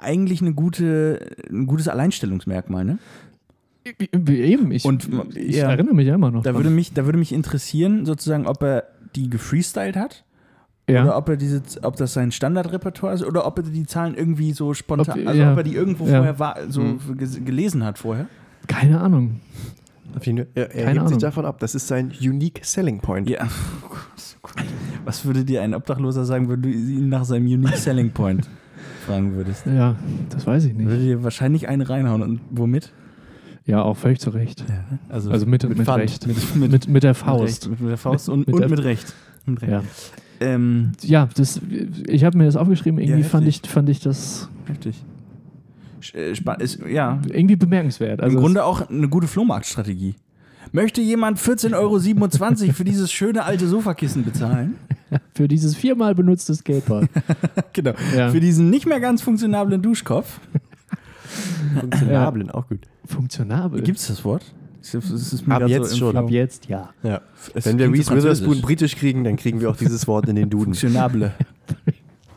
eigentlich eine gute, ein gutes Alleinstellungsmerkmal, ne?
Das, eben, ich,
Und,
ich
ja.
erinnere mich ja immer noch.
Da
dran.
würde, mich, da würde mich interessieren, sozusagen, ob er die gefreestylt hat oder
ja.
ob er diese, ob das sein Standardrepertoire ist oder ob er die Zahlen irgendwie so spontan,
Ob-
also
ja.
ob er die irgendwo
Ja. Mhm.
vorher war, so ges- gelesen hat vorher.
Keine Ahnung.
Auf jeden- Er, er
Keine
hebt äh, sich
Ahnung.
davon ab. Das ist sein unique selling point.
Ja. Oh Gott. Was würde dir ein Obdachloser sagen, wenn du ihn nach seinem Unique Selling Point fragen würdest?
Ja, das weiß ich nicht.
Würde dir wahrscheinlich einen reinhauen und womit?
Ja, auch völlig zu Recht. Also mit, mit,
Pfand.
Recht. Mit,
Mit, mit,
mit, der
Faust.
Faust.
Mit, mit der Faust und,
Mit
und
der-
mit Recht. Mit Recht.
Ja,
Ähm,
ja das, ich habe mir das aufgeschrieben. Irgendwie
Ja,
fand, ich,
heftig.
fand ich das
heftig. Sch- äh, spa- ist, ja,
irgendwie bemerkenswert. Also
im Grunde auch eine gute Flohmarktstrategie. Möchte jemand 14,27 Euro für dieses schöne alte Sofakissen bezahlen?
für dieses viermal benutzte Skateboard.
genau.
Ja.
Für diesen nicht mehr ganz funktionablen Duschkopf.
Funktionablen, auch gut.
Funktionabel.
Gibt es das Wort? Es ist- es ist mir
Ab
grad
jetzt
im
schon.
Flow.
Ab jetzt ja.
Ja.
Es
Wenn wir
klingt
Reese
so französisch.
Witherspoon britisch kriegen, dann kriegen wir auch dieses Wort in den Duden.
Funktionable.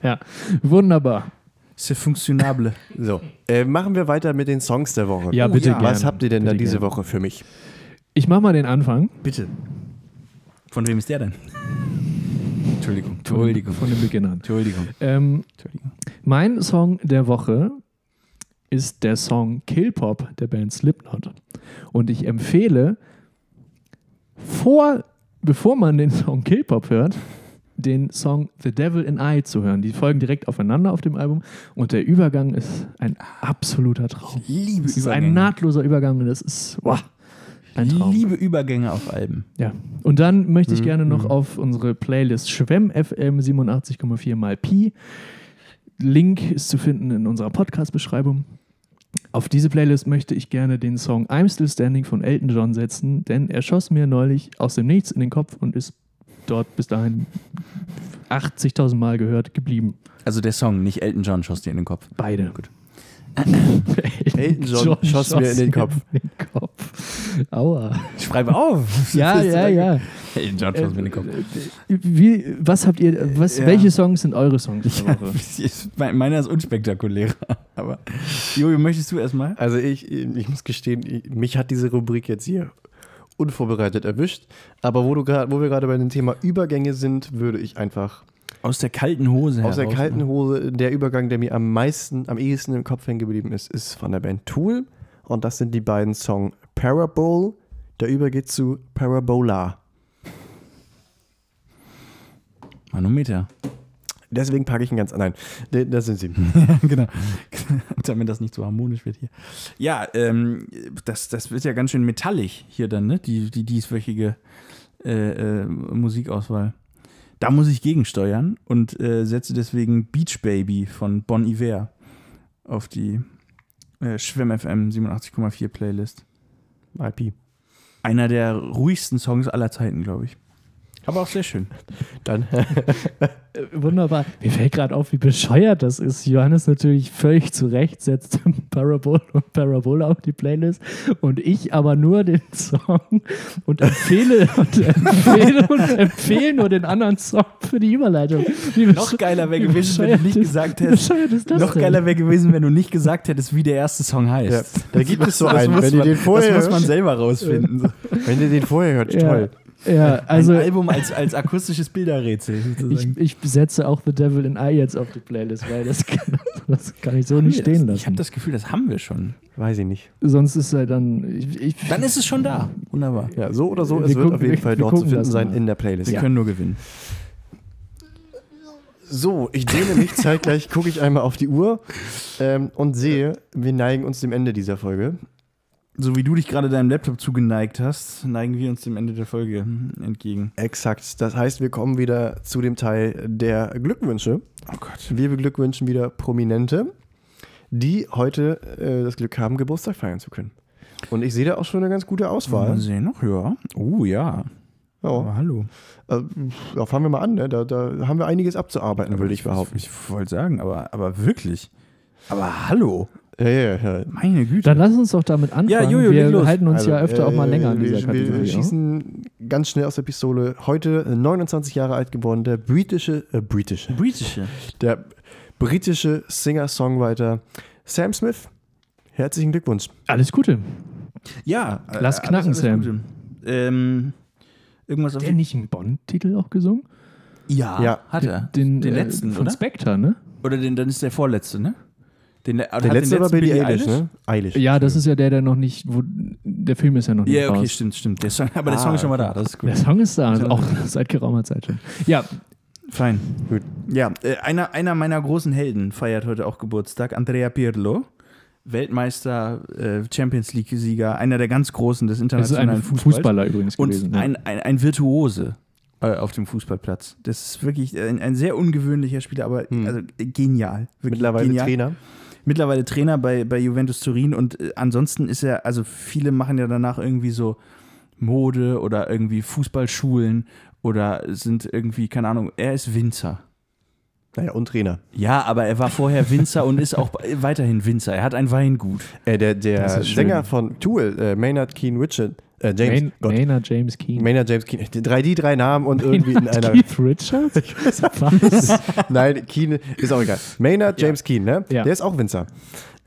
Ja, wunderbar.
C'est funktionable.
So, äh, machen wir weiter mit den Songs der Woche.
Ja,
Oh
bitte
ja.
gerne.
Was habt ihr denn
Bitte
da diese
gerne.
Woche für mich?
Ich mache mal den Anfang.
Bitte. Von wem ist der denn? Entschuldigung. Entschuldigung.
Von den Beginnern.
Entschuldigung.
Ähm,
Entschuldigung.
Mein Song der Woche ist der Song Kill Pop der Band Slipknot. Und ich empfehle, vor, bevor man den Song Kill Pop hört, den Song The Devil in I zu hören. Die folgen direkt aufeinander auf dem Album und der Übergang ist ein absoluter Traum.
Liebe
Es ist ein nahtloser Übergang und das ist wow, ein Traum.
Liebe Übergänge auf Alben.
Ja. Und dann möchte ich gerne noch auf unsere Playlist Schwemm FM 87,4 mal Pi. Link ist zu finden in unserer Podcast-Beschreibung. Auf diese Playlist möchte ich gerne den Song I'm Still Standing von Elton John setzen, denn er schoss mir neulich aus dem Nichts in den Kopf und ist dort bis dahin 80.000 Mal gehört geblieben.
Also der Song, nicht Elton John schoss dir in den Kopf.
Beide.
Gut.
Elton John schoss mir in den Kopf.
in den Kopf. Aua.
Schreibe auf.
äh,
Äh,
Ja, ja, ja.
Elton John schoss mir in den Kopf.
Wie, was habt
äh,
ihr, was,
Ja.
welche Songs sind eure Songs der
Ja,
Woche?
me- meiner ist unspektakulärer. Aber Jojo, möchtest du erstmal?
Also ich, ich muss gestehen, ich- mich hat diese Rubrik jetzt hier unvorbereitet erwischt. Aber wo, du grad, wo wir gerade bei dem Thema Übergänge sind, würde ich einfach
Aus der kalten Hose
aus der
heraus,
kalten
ne?
Hose, der Übergang, der mir am meisten, am ehesten im Kopf hängen geblieben ist, ist von der Band Tool. Und das sind die beiden Song Parabole, der übergeht zu Parabola.
Manometer.
Deswegen packe ich ihn ganz an. Nein, Hm. de- das sind sie.
genau. Damit das nicht so harmonisch wird hier. Ja, ähm, das, das wird ja ganz schön metallig hier dann, ne? Die, die dieswöchige äh, äh, Musikauswahl. Da muss ich gegensteuern und äh, setze deswegen Beach Baby von Bon Iver auf die äh, Schwemm FM 87,4 Playlist.
IP.
Einer der ruhigsten Songs aller Zeiten, glaube ich. Aber auch sehr schön.
Dann
Äh, Wunderbar. Mir fällt gerade auf, wie bescheuert das ist. Johannes natürlich völlig zu Recht setzt Parabol und Parabola auf die Playlist und ich aber nur den Song und empfehle und empfehle und empfehle nur den anderen Song für die Überleitung. Wie
Noch
bescheu-
geiler wäre
wie
gewesen, wenn
bescheuert
du nicht
ist-
gesagt
wie
hättest.
bescheuert ist das
Noch
denn?
geiler wäre gewesen, wenn du nicht gesagt hättest, wie der erste Song
ja,
heißt.
da gibt es so
Das
einen.
muss
Wenn ihr
man-
den vorher
Das muss man
hört,
selber rausfinden. So.
wenn ihr den vorher hört,
Ja.
toll.
Ja, also
Ein Album als, als akustisches Bilderrätsel.
ich,
sozusagen.
ich setze auch The Devil in I jetzt auf die Playlist, weil das kann, das kann ich so nicht stehen
Ich habe
lassen.
das Gefühl, das haben wir schon.
Weiß ich nicht.
Sonst ist er dann. Ich, ich,
Dann ist es schon da. Wunderbar.
Ja, so oder so,
Wir
es wird
gucken-
auf jeden
wir-
Fall
wir
dort zu
gucken
finden
das
sein
mal.
in der Playlist.
Wir können nur gewinnen.
So, ich dehne mich zeitgleich, gucke ich einmal auf die Uhr ähm, und sehe, wir neigen uns dem Ende dieser Folge.
So wie du dich gerade deinem Laptop zugeneigt hast, neigen wir uns dem Ende der Folge entgegen.
Exakt. Das heißt, wir kommen wieder zu dem Teil der Glückwünsche.
Oh Gott.
Wir beglückwünschen wieder Prominente, die heute äh, das Glück haben, Geburtstag feiern zu können. Und ich sehe da auch schon eine ganz gute
Mal
Auswahl.
sehen noch, ja. Oh ja.
Ja,
hallo.
äh, ja, fangen wir mal an. Ne? Da, da haben wir einiges abzuarbeiten, würde ich behaupten.
Ich, wollte sagen, aber, aber wirklich. Aber hallo.
Ja, ja, ja.
Meine Güte.
Dann lass uns doch damit anfangen.
Ja, Jojo, leg
wir
los.
halten uns
Also,
ja öfter auch mal
äh,
länger an
wir- Wir
dieser Kategorie. ne? auf.
schießen ganz schnell aus der Pistole. Heute äh, 29 Jahre alt geworden, der britische, äh, britische,
Britische.
der britische Singer-Songwriter Sam Smith. Herzlichen Glückwunsch.
Alles Gute.
Ja.
Lass
äh,
knacken,
alles,
Sam.
alles Gute. Ähm, irgendwas auf
Hat der nicht einen Bond-Titel auch gesungen?
Ja,
Ja.
hat er.
Den,
den
äh,
letzten,
von
oder?
Spectre, ne?
Oder den, dann ist der vorletzte, ne? Den, der
Der letzte war Billie Eilish, ne? Eilish.
Ja, das ist ja der, der noch nicht, wo der Film ist ja noch
Ja,
nicht
okay,
raus.
stimmt, Also- stimmt. Der Song, aber der
Ah,
Song ist schon mal da, das ist gut.
Der Song ist da,
Song-
auch seit geraumer Zeit schon. Ja,
Fein.
Gut.
Ja, äh, einer, einer meiner großen Helden feiert heute auch Geburtstag, Andrea Pirlo. Weltmeister, äh, Champions League-Sieger, einer der ganz großen des
das ist
internationalen
ein
Fußballs.
Fußballer übrigens
Und
gewesen.
ein, ein, ein Virtuose äh, auf dem Fußballplatz. Das ist wirklich ein, ein sehr ungewöhnlicher Spieler, aber
Hm.
also, äh, genial. Wirklich
Mittlerweile
genial.
Trainer.
mittlerweile Trainer bei, bei Juventus Turin und äh, ansonsten ist er, also viele machen ja danach irgendwie so Mode oder irgendwie Fußballschulen oder sind irgendwie, keine Ahnung, er ist Winzer.
Naja, und Trainer.
Ja, aber er war vorher Winzer und ist auch bei- weiterhin Winzer. Er hat ein Weingut.
Äh, der
Das
der
ist schön.
Sänger von Tool, äh, Maynard Keen Richard. Äh,
ja.
James.
Main-
Gott.
Maynard James Keane.
Maynard James Keen. Die Drei, die drei Namen und irgendwie in einer.
Keith Richards? Was?
Nein, Keen ist auch egal. Maynard James Keen, ne?
Ja.
Der ist auch Winzer.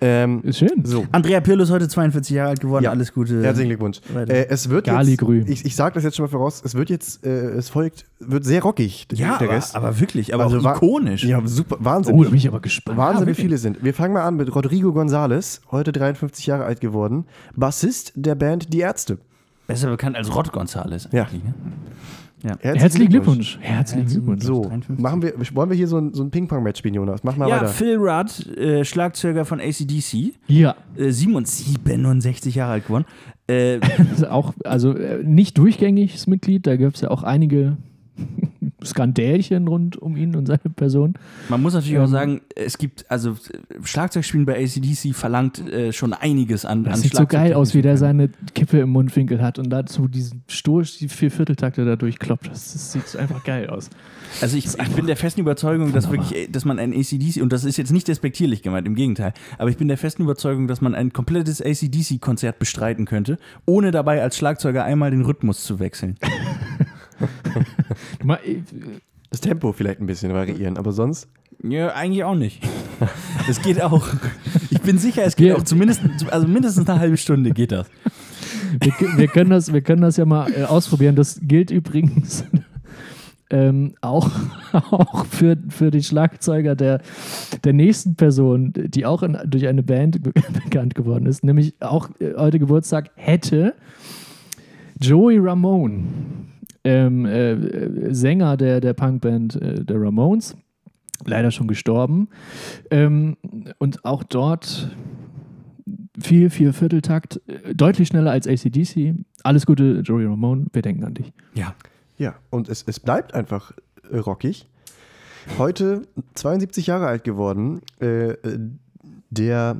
Ähm,
Ist schön.
so.
Andrea Pirlo ist heute 42 Jahre alt geworden.
Ja.
Alles Gute.
Herzlichen Glückwunsch.
Weiter.
Äh, es wird
Gali
jetzt,
grün.
Ich, ich sage das jetzt schon mal voraus. Es wird jetzt, äh, es folgt, wird sehr rockig. der-
ja,
der
aber,
Rest.
aber wirklich, aber
Also
auch
wa-
ikonisch.
ja, super, Wahnsinn.
Oh, da bin ich aber gespannt.
Wahnsinnig
Ja,
viele sind. Wir fangen mal an mit Rodrigo González, heute 53 Jahre alt geworden, Bassist der Band Die Ärzte.
Besser bekannt als Rod Gonzales.
Ja.
eigentlich, ne?
Herzlichen Glückwunsch. Herzlichen Glückwunsch.
So,
53.
machen wir, wollen wir hier so ein, so ein Ping-Pong-Match spielen, Jonas? Mach mal
Ja,
weiter.
Phil Rudd, äh, Schlagzeuger von ACDC.
Ja,
äh, 67 Jahre alt geworden. Äh,
ist auch, also äh, nicht durchgängiges Mitglied, da gab es ja auch einige Skandälchen rund um ihn und seine Person.
man muss natürlich
Ähm.
auch sagen, es gibt, also äh, Schlagzeugspielen bei ACDC verlangt äh, schon einiges an,
Das
an
sieht so geil aus, wie der
Schlagzeugtechnik.
seine Kippe im Mundwinkel hat und dazu diesen Stoß, die Viervierteltakte da durchkloppt. Das, das sieht einfach geil aus.
Also ich, ich bin der festen Überzeugung, dass
Wunderbar.
wirklich, äh, dass man ein ACDC, und das ist jetzt nicht despektierlich gemeint, im Gegenteil, aber ich bin der festen Überzeugung, dass man ein komplettes ACDC-Konzert bestreiten könnte, ohne dabei als Schlagzeuger einmal den Rhythmus zu wechseln.
Ma- äh,
Das Tempo vielleicht ein bisschen variieren, aber sonst.
Ja, eigentlich auch nicht. Es geht auch. Ich bin sicher, es geht
Wir-
auch zumindest, also mindestens eine halbe Stunde geht das.
Wir, wir, können das, wir können das ja mal äh, ausprobieren. Das gilt übrigens ähm, auch, auch für, für den Schlagzeuger der, der nächsten Person, die auch in, durch eine Band be bekannt geworden ist, nämlich auch äh, heute Geburtstag hätte Joey Ramone, ähm, äh, äh, Sänger der, der Punkband äh, der Ramones, leider schon gestorben. Ähm, und auch dort viel, vier Vierteltakt, äh, deutlich schneller als ACDC. Alles Gute, Joey Ramone, wir denken an dich.
Ja.
Ja, und es, es bleibt einfach äh, rockig. Heute 72 Jahre alt geworden, äh, äh, der.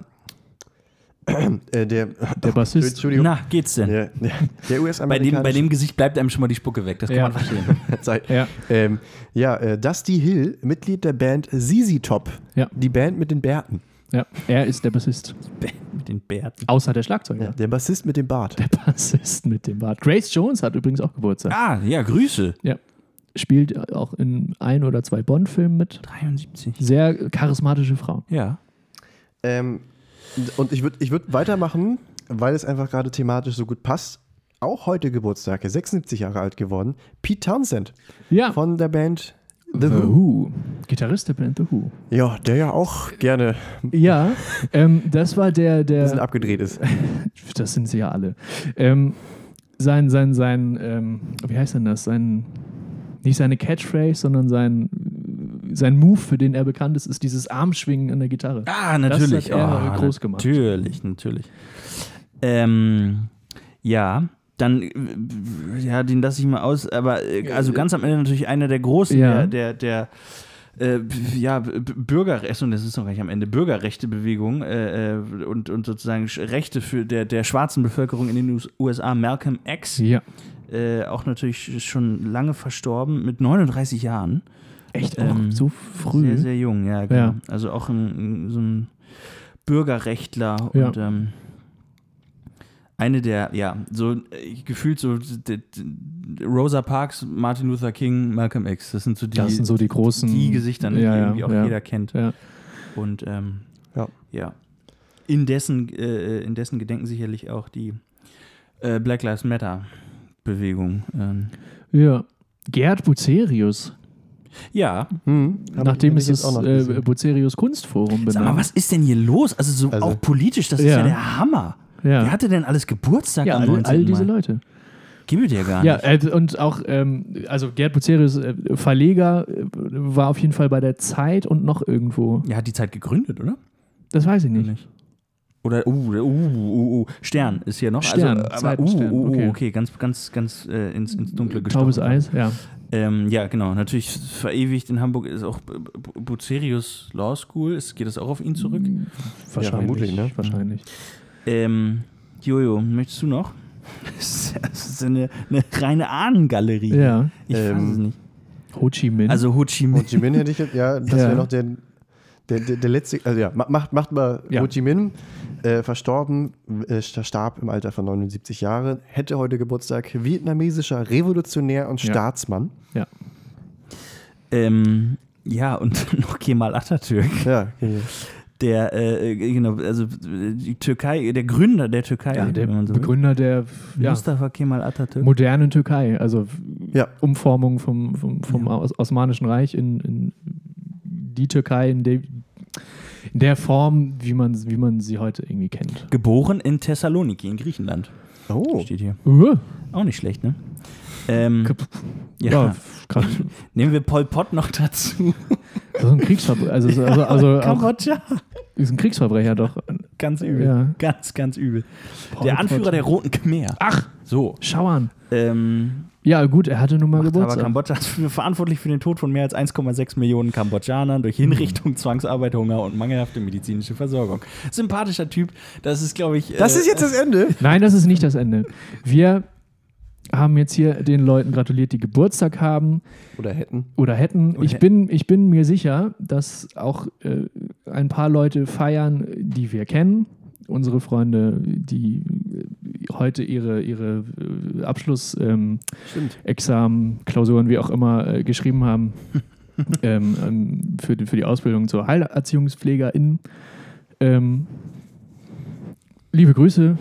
Äh, der,
Der Bassist.
Entschuldigung.
Na, geht's denn?
Der, der
Bei dem,
US-amerikanische.
bei dem Gesicht bleibt einem schon mal die Spucke weg, das kann
Ja.
man verstehen.
Zeit.
Ja.
Ähm, ja, äh, Dusty Hill, Mitglied der Band ZZ Top.
Ja.
Die Band mit den Bärten.
Ja, er ist der Bassist.
Mit den Bärten.
Außer der Schlagzeuger.
Der Bassist mit dem Bart.
Der Bassist mit dem Bart. Grace Jones hat übrigens auch Geburtstag.
Ah, ja, Grüße.
Spielt auch in ein oder zwei Bond-Filmen mit.
73.
Sehr charismatische Frau.
Ja.
Ähm, und ich würde ich würd weitermachen, weil es einfach gerade thematisch so gut passt. Auch heute Geburtstag, 76 Jahre alt geworden, Pete Townsend
Ja.
von der Band The
The
Who.
Who. Gitarrist der Band The Who.
Ja, der ja auch gerne ein
Ja, ähm, das war der, der,
bisschen abgedreht ist.
das sind sie ja alle. Ähm, sein, sein, sein, ähm, wie heißt denn das? Sein, nicht seine Catchphrase, sondern sein, sein Move, für den er bekannt ist, ist dieses Armschwingen an der Gitarre.
Ah, natürlich.
Das hat er
Ah,
groß gemacht.
Natürlich, natürlich. Ähm, ja, dann, äh, ja, den lasse ich mal aus. Aber äh, also ganz am Ende natürlich einer der großen,
Ja.
der, der, der äh, ja, B- B- Bürgerrechte, und das ist noch gar nicht am Ende, Bürgerrechtebewegung äh, äh, und, und sozusagen Sch- Rechte für der, der schwarzen Bevölkerung in den US- USA, Malcolm X,
Ja,
äh, auch natürlich schon lange verstorben, mit 39 Jahren.
echt auch
Ähm,
so früh.
Sehr, sehr jung, ja, genau.
Ja.
Also auch ein, ein, so ein Bürgerrechtler
Ja.
und ähm, eine der, ja, so äh, gefühlt so d- d- Rosa Parks, Martin Luther King, Malcolm X, das sind so die,
das sind so die großen.
die Gesichter, ne,
ja,
die
ja,
irgendwie auch
ja.
jeder kennt.
Ja.
Und ähm,
Ja.
ja. In dessen, äh, in dessen Gedenken sicherlich auch die äh, Black Lives Matter Bewegung. Ähm,
ja. Gerd Bucerius.
ja,
Hm, hab
Nachdem
ich- hab ich
ist
jetzt
es
auch noch
äh,
gesehen.
Bucerius Kunstforum benannt.
Sag mal, was ist denn hier los? Also, so
Also-
auch politisch, das ist
Genau. Ja.
ja der Hammer.
Ja.
Wer hatte denn alles Geburtstag
ja,
am
all,
19.
all diese
Mai?
Leute.
Gib mir dir gar
Ja,
nicht.
äh, und auch, ähm, also Gerd Bucerius, äh, Verleger, äh, war auf jeden Fall bei der Zeit und noch irgendwo.
Er hat die Zeit gegründet, oder?
Das weiß ich nicht.
Oder, uh, uh, uh, uh, Stern ist hier noch.
Stern,
also, aber, uh,
Zeitenstern,
uh, uh, okay.
okay.
ganz, ganz, ganz äh, ins, ins Dunkle gestochen.
Taubes Eis, ja.
Ähm, ja, genau. Natürlich verewigt in Hamburg ist auch B- B- Bucerius Law School. Ist, geht das auch auf ihn zurück?
Mm. Wahrscheinlich.
vermutlich, ne?
Wahrscheinlich.
Ähm, Jojo, möchtest du noch? Das ist eine, eine reine Ahnengalerie.
Ja.
Ich weiß
Ähm,
es nicht.
Ho Chi Minh.
Also Ho Chi Minh.
Ho Chi Minh hätte ich jetzt, ja, das
Ja.
wäre noch der, der, der, der letzte, also ja, ma- macht, macht mal
Ja.
Ho Chi Minh, äh, verstorben, äh, starb im Alter von 79 Jahren, hätte heute Geburtstag, vietnamesischer Revolutionär und
Ja.
Staatsmann.
ja.
Ähm, ja, und noch Kemal Atatürk.
Ja, okay.
der äh, äh, genau, also äh, die Türkei, der Gründer der Türkei,
ja, der
wenn man so will.
Begründer der ja,
Mustafa Kemal Atatürk.
modernen Türkei. Also
ja.
Umformung vom, vom, vom
Ja.
Os Osmanischen Reich in, in die Türkei, in, de, in der Form, wie man, wie man sie heute irgendwie kennt.
Geboren in Thessaloniki in Griechenland.
Oh,
Steht hier.
Uh,
Auch nicht schlecht, ne? Ähm, ja.
ja, krass.
Nehmen wir Pol Pot noch dazu.
So ein Kriegsverbrecher. Also, so- also, also auch,
Karotscha.
ist ein Kriegsverbrecher doch.
Ganz übel.
Ja.
Ganz, ganz übel.
Pol
der
Pot.
Anführer der Roten Khmer. Ach! So.
Schauern.
Ähm,
Ja, gut, er hatte nun mal
aber
Geburtstag.
Kambodscha ist für- verantwortlich für den Tod von mehr als 1,6 Millionen Kambodschanern durch Hinrichtung, Zwangsarbeit, Hunger und mangelhafte medizinische Versorgung. Sympathischer Typ. Das ist, glaube ich.
das
äh,
ist jetzt das Ende.
Nein, das ist nicht das Ende. Wir haben jetzt hier den Leuten gratuliert, die Geburtstag haben
Oder hätten.
oder hätten.
Oder
Ich
hätten.
bin, ich bin mir sicher, dass auch äh, ein paar Leute feiern, die wir kennen. Unsere Freunde, die
äh, heute ihre, ihre äh, Abschluss. Ähm,
Stimmt.
Examen, Klausuren, wie auch immer, äh, geschrieben haben ähm, ähm, für, die- für die Ausbildung zur HeilerziehungspflegerInnen. Ähm, liebe Grüße,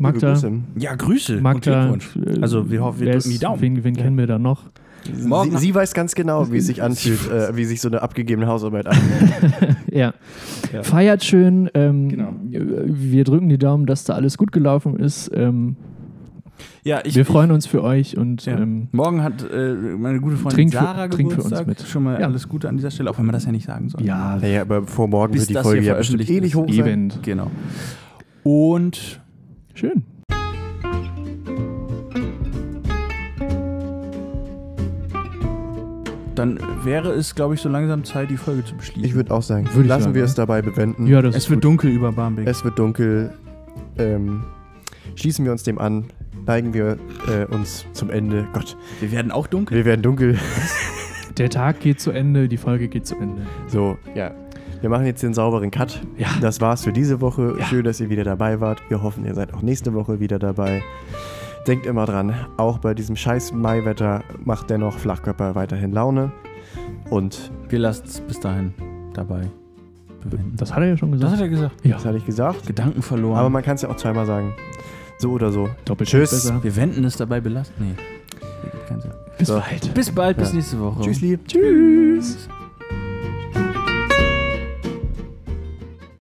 Magda.
Ja, Grüße
Magda. äh,
und Glückwunsch. Also wir hoffen, wir
wer
drücken
ist-
die Daumen.
Wen, wen kennen wir da noch?
Sie, sie weiß ganz genau, wie es sich anfühlt, äh, wie sich so eine abgegebene Hausarbeit anfühlt.
Ja.
Ja.
Feiert schön. Ähm,
Genau.
Wir drücken die Daumen, dass da alles gut gelaufen ist. Ähm,
ja, ich,
wir freuen uns für euch und
Ja.
ähm,
Morgen hat äh, meine gute Freundin
Trink für-
Sarah
trink für uns
Geburtstag.
mit.
Schon mal
Ja.
alles Gute an dieser Stelle, auch wenn man das ja nicht sagen soll.
ja,
Naja, aber vor morgen
Bis
wird die
das
Folge
hier
ja bestimmt eh
veröffentlicht
nicht hoch sein.
eben.
Genau. Und
Schön.
dann wäre es, glaube ich, so langsam Zeit, die Folge zu beschließen.
Ich würde auch sagen,
Würde ich
lassen
sagen,
wir
ja.
es dabei bewenden.
Ja, das
es
ist
wird
gut.
dunkel über Barmbek.
Es wird dunkel. Ähm, schließen wir uns dem an. Neigen wir äh, uns zum Ende. Gott,
Wir werden auch dunkel.
wir werden dunkel.
Der Tag geht zu Ende, die Folge geht zu Ende.
So, ja. Wir machen jetzt den sauberen Cut.
Ja.
Das war's für diese Woche.
Ja.
Schön, dass ihr wieder dabei wart. Wir hoffen, ihr seid auch nächste Woche wieder dabei. Denkt immer dran, auch bei diesem scheiß Maiwetter macht dennoch Flachkörper weiterhin Laune. Und
Wir lassen es bis dahin dabei bewenden.
Das hat er ja schon gesagt.
er gesagt.
ja,
das hatte ich gesagt.
Gedanken verloren.
Aber man kann es ja auch zweimal sagen. So oder so.
doppelt
Tschüss.
besser.
wir wenden es dabei belassen. Nee. Kein Sinn.
Bis
So.
bald.
Bis bald, bis
Ja.
nächste Woche.
Tschüssli.
Tschüss.
Tschüss.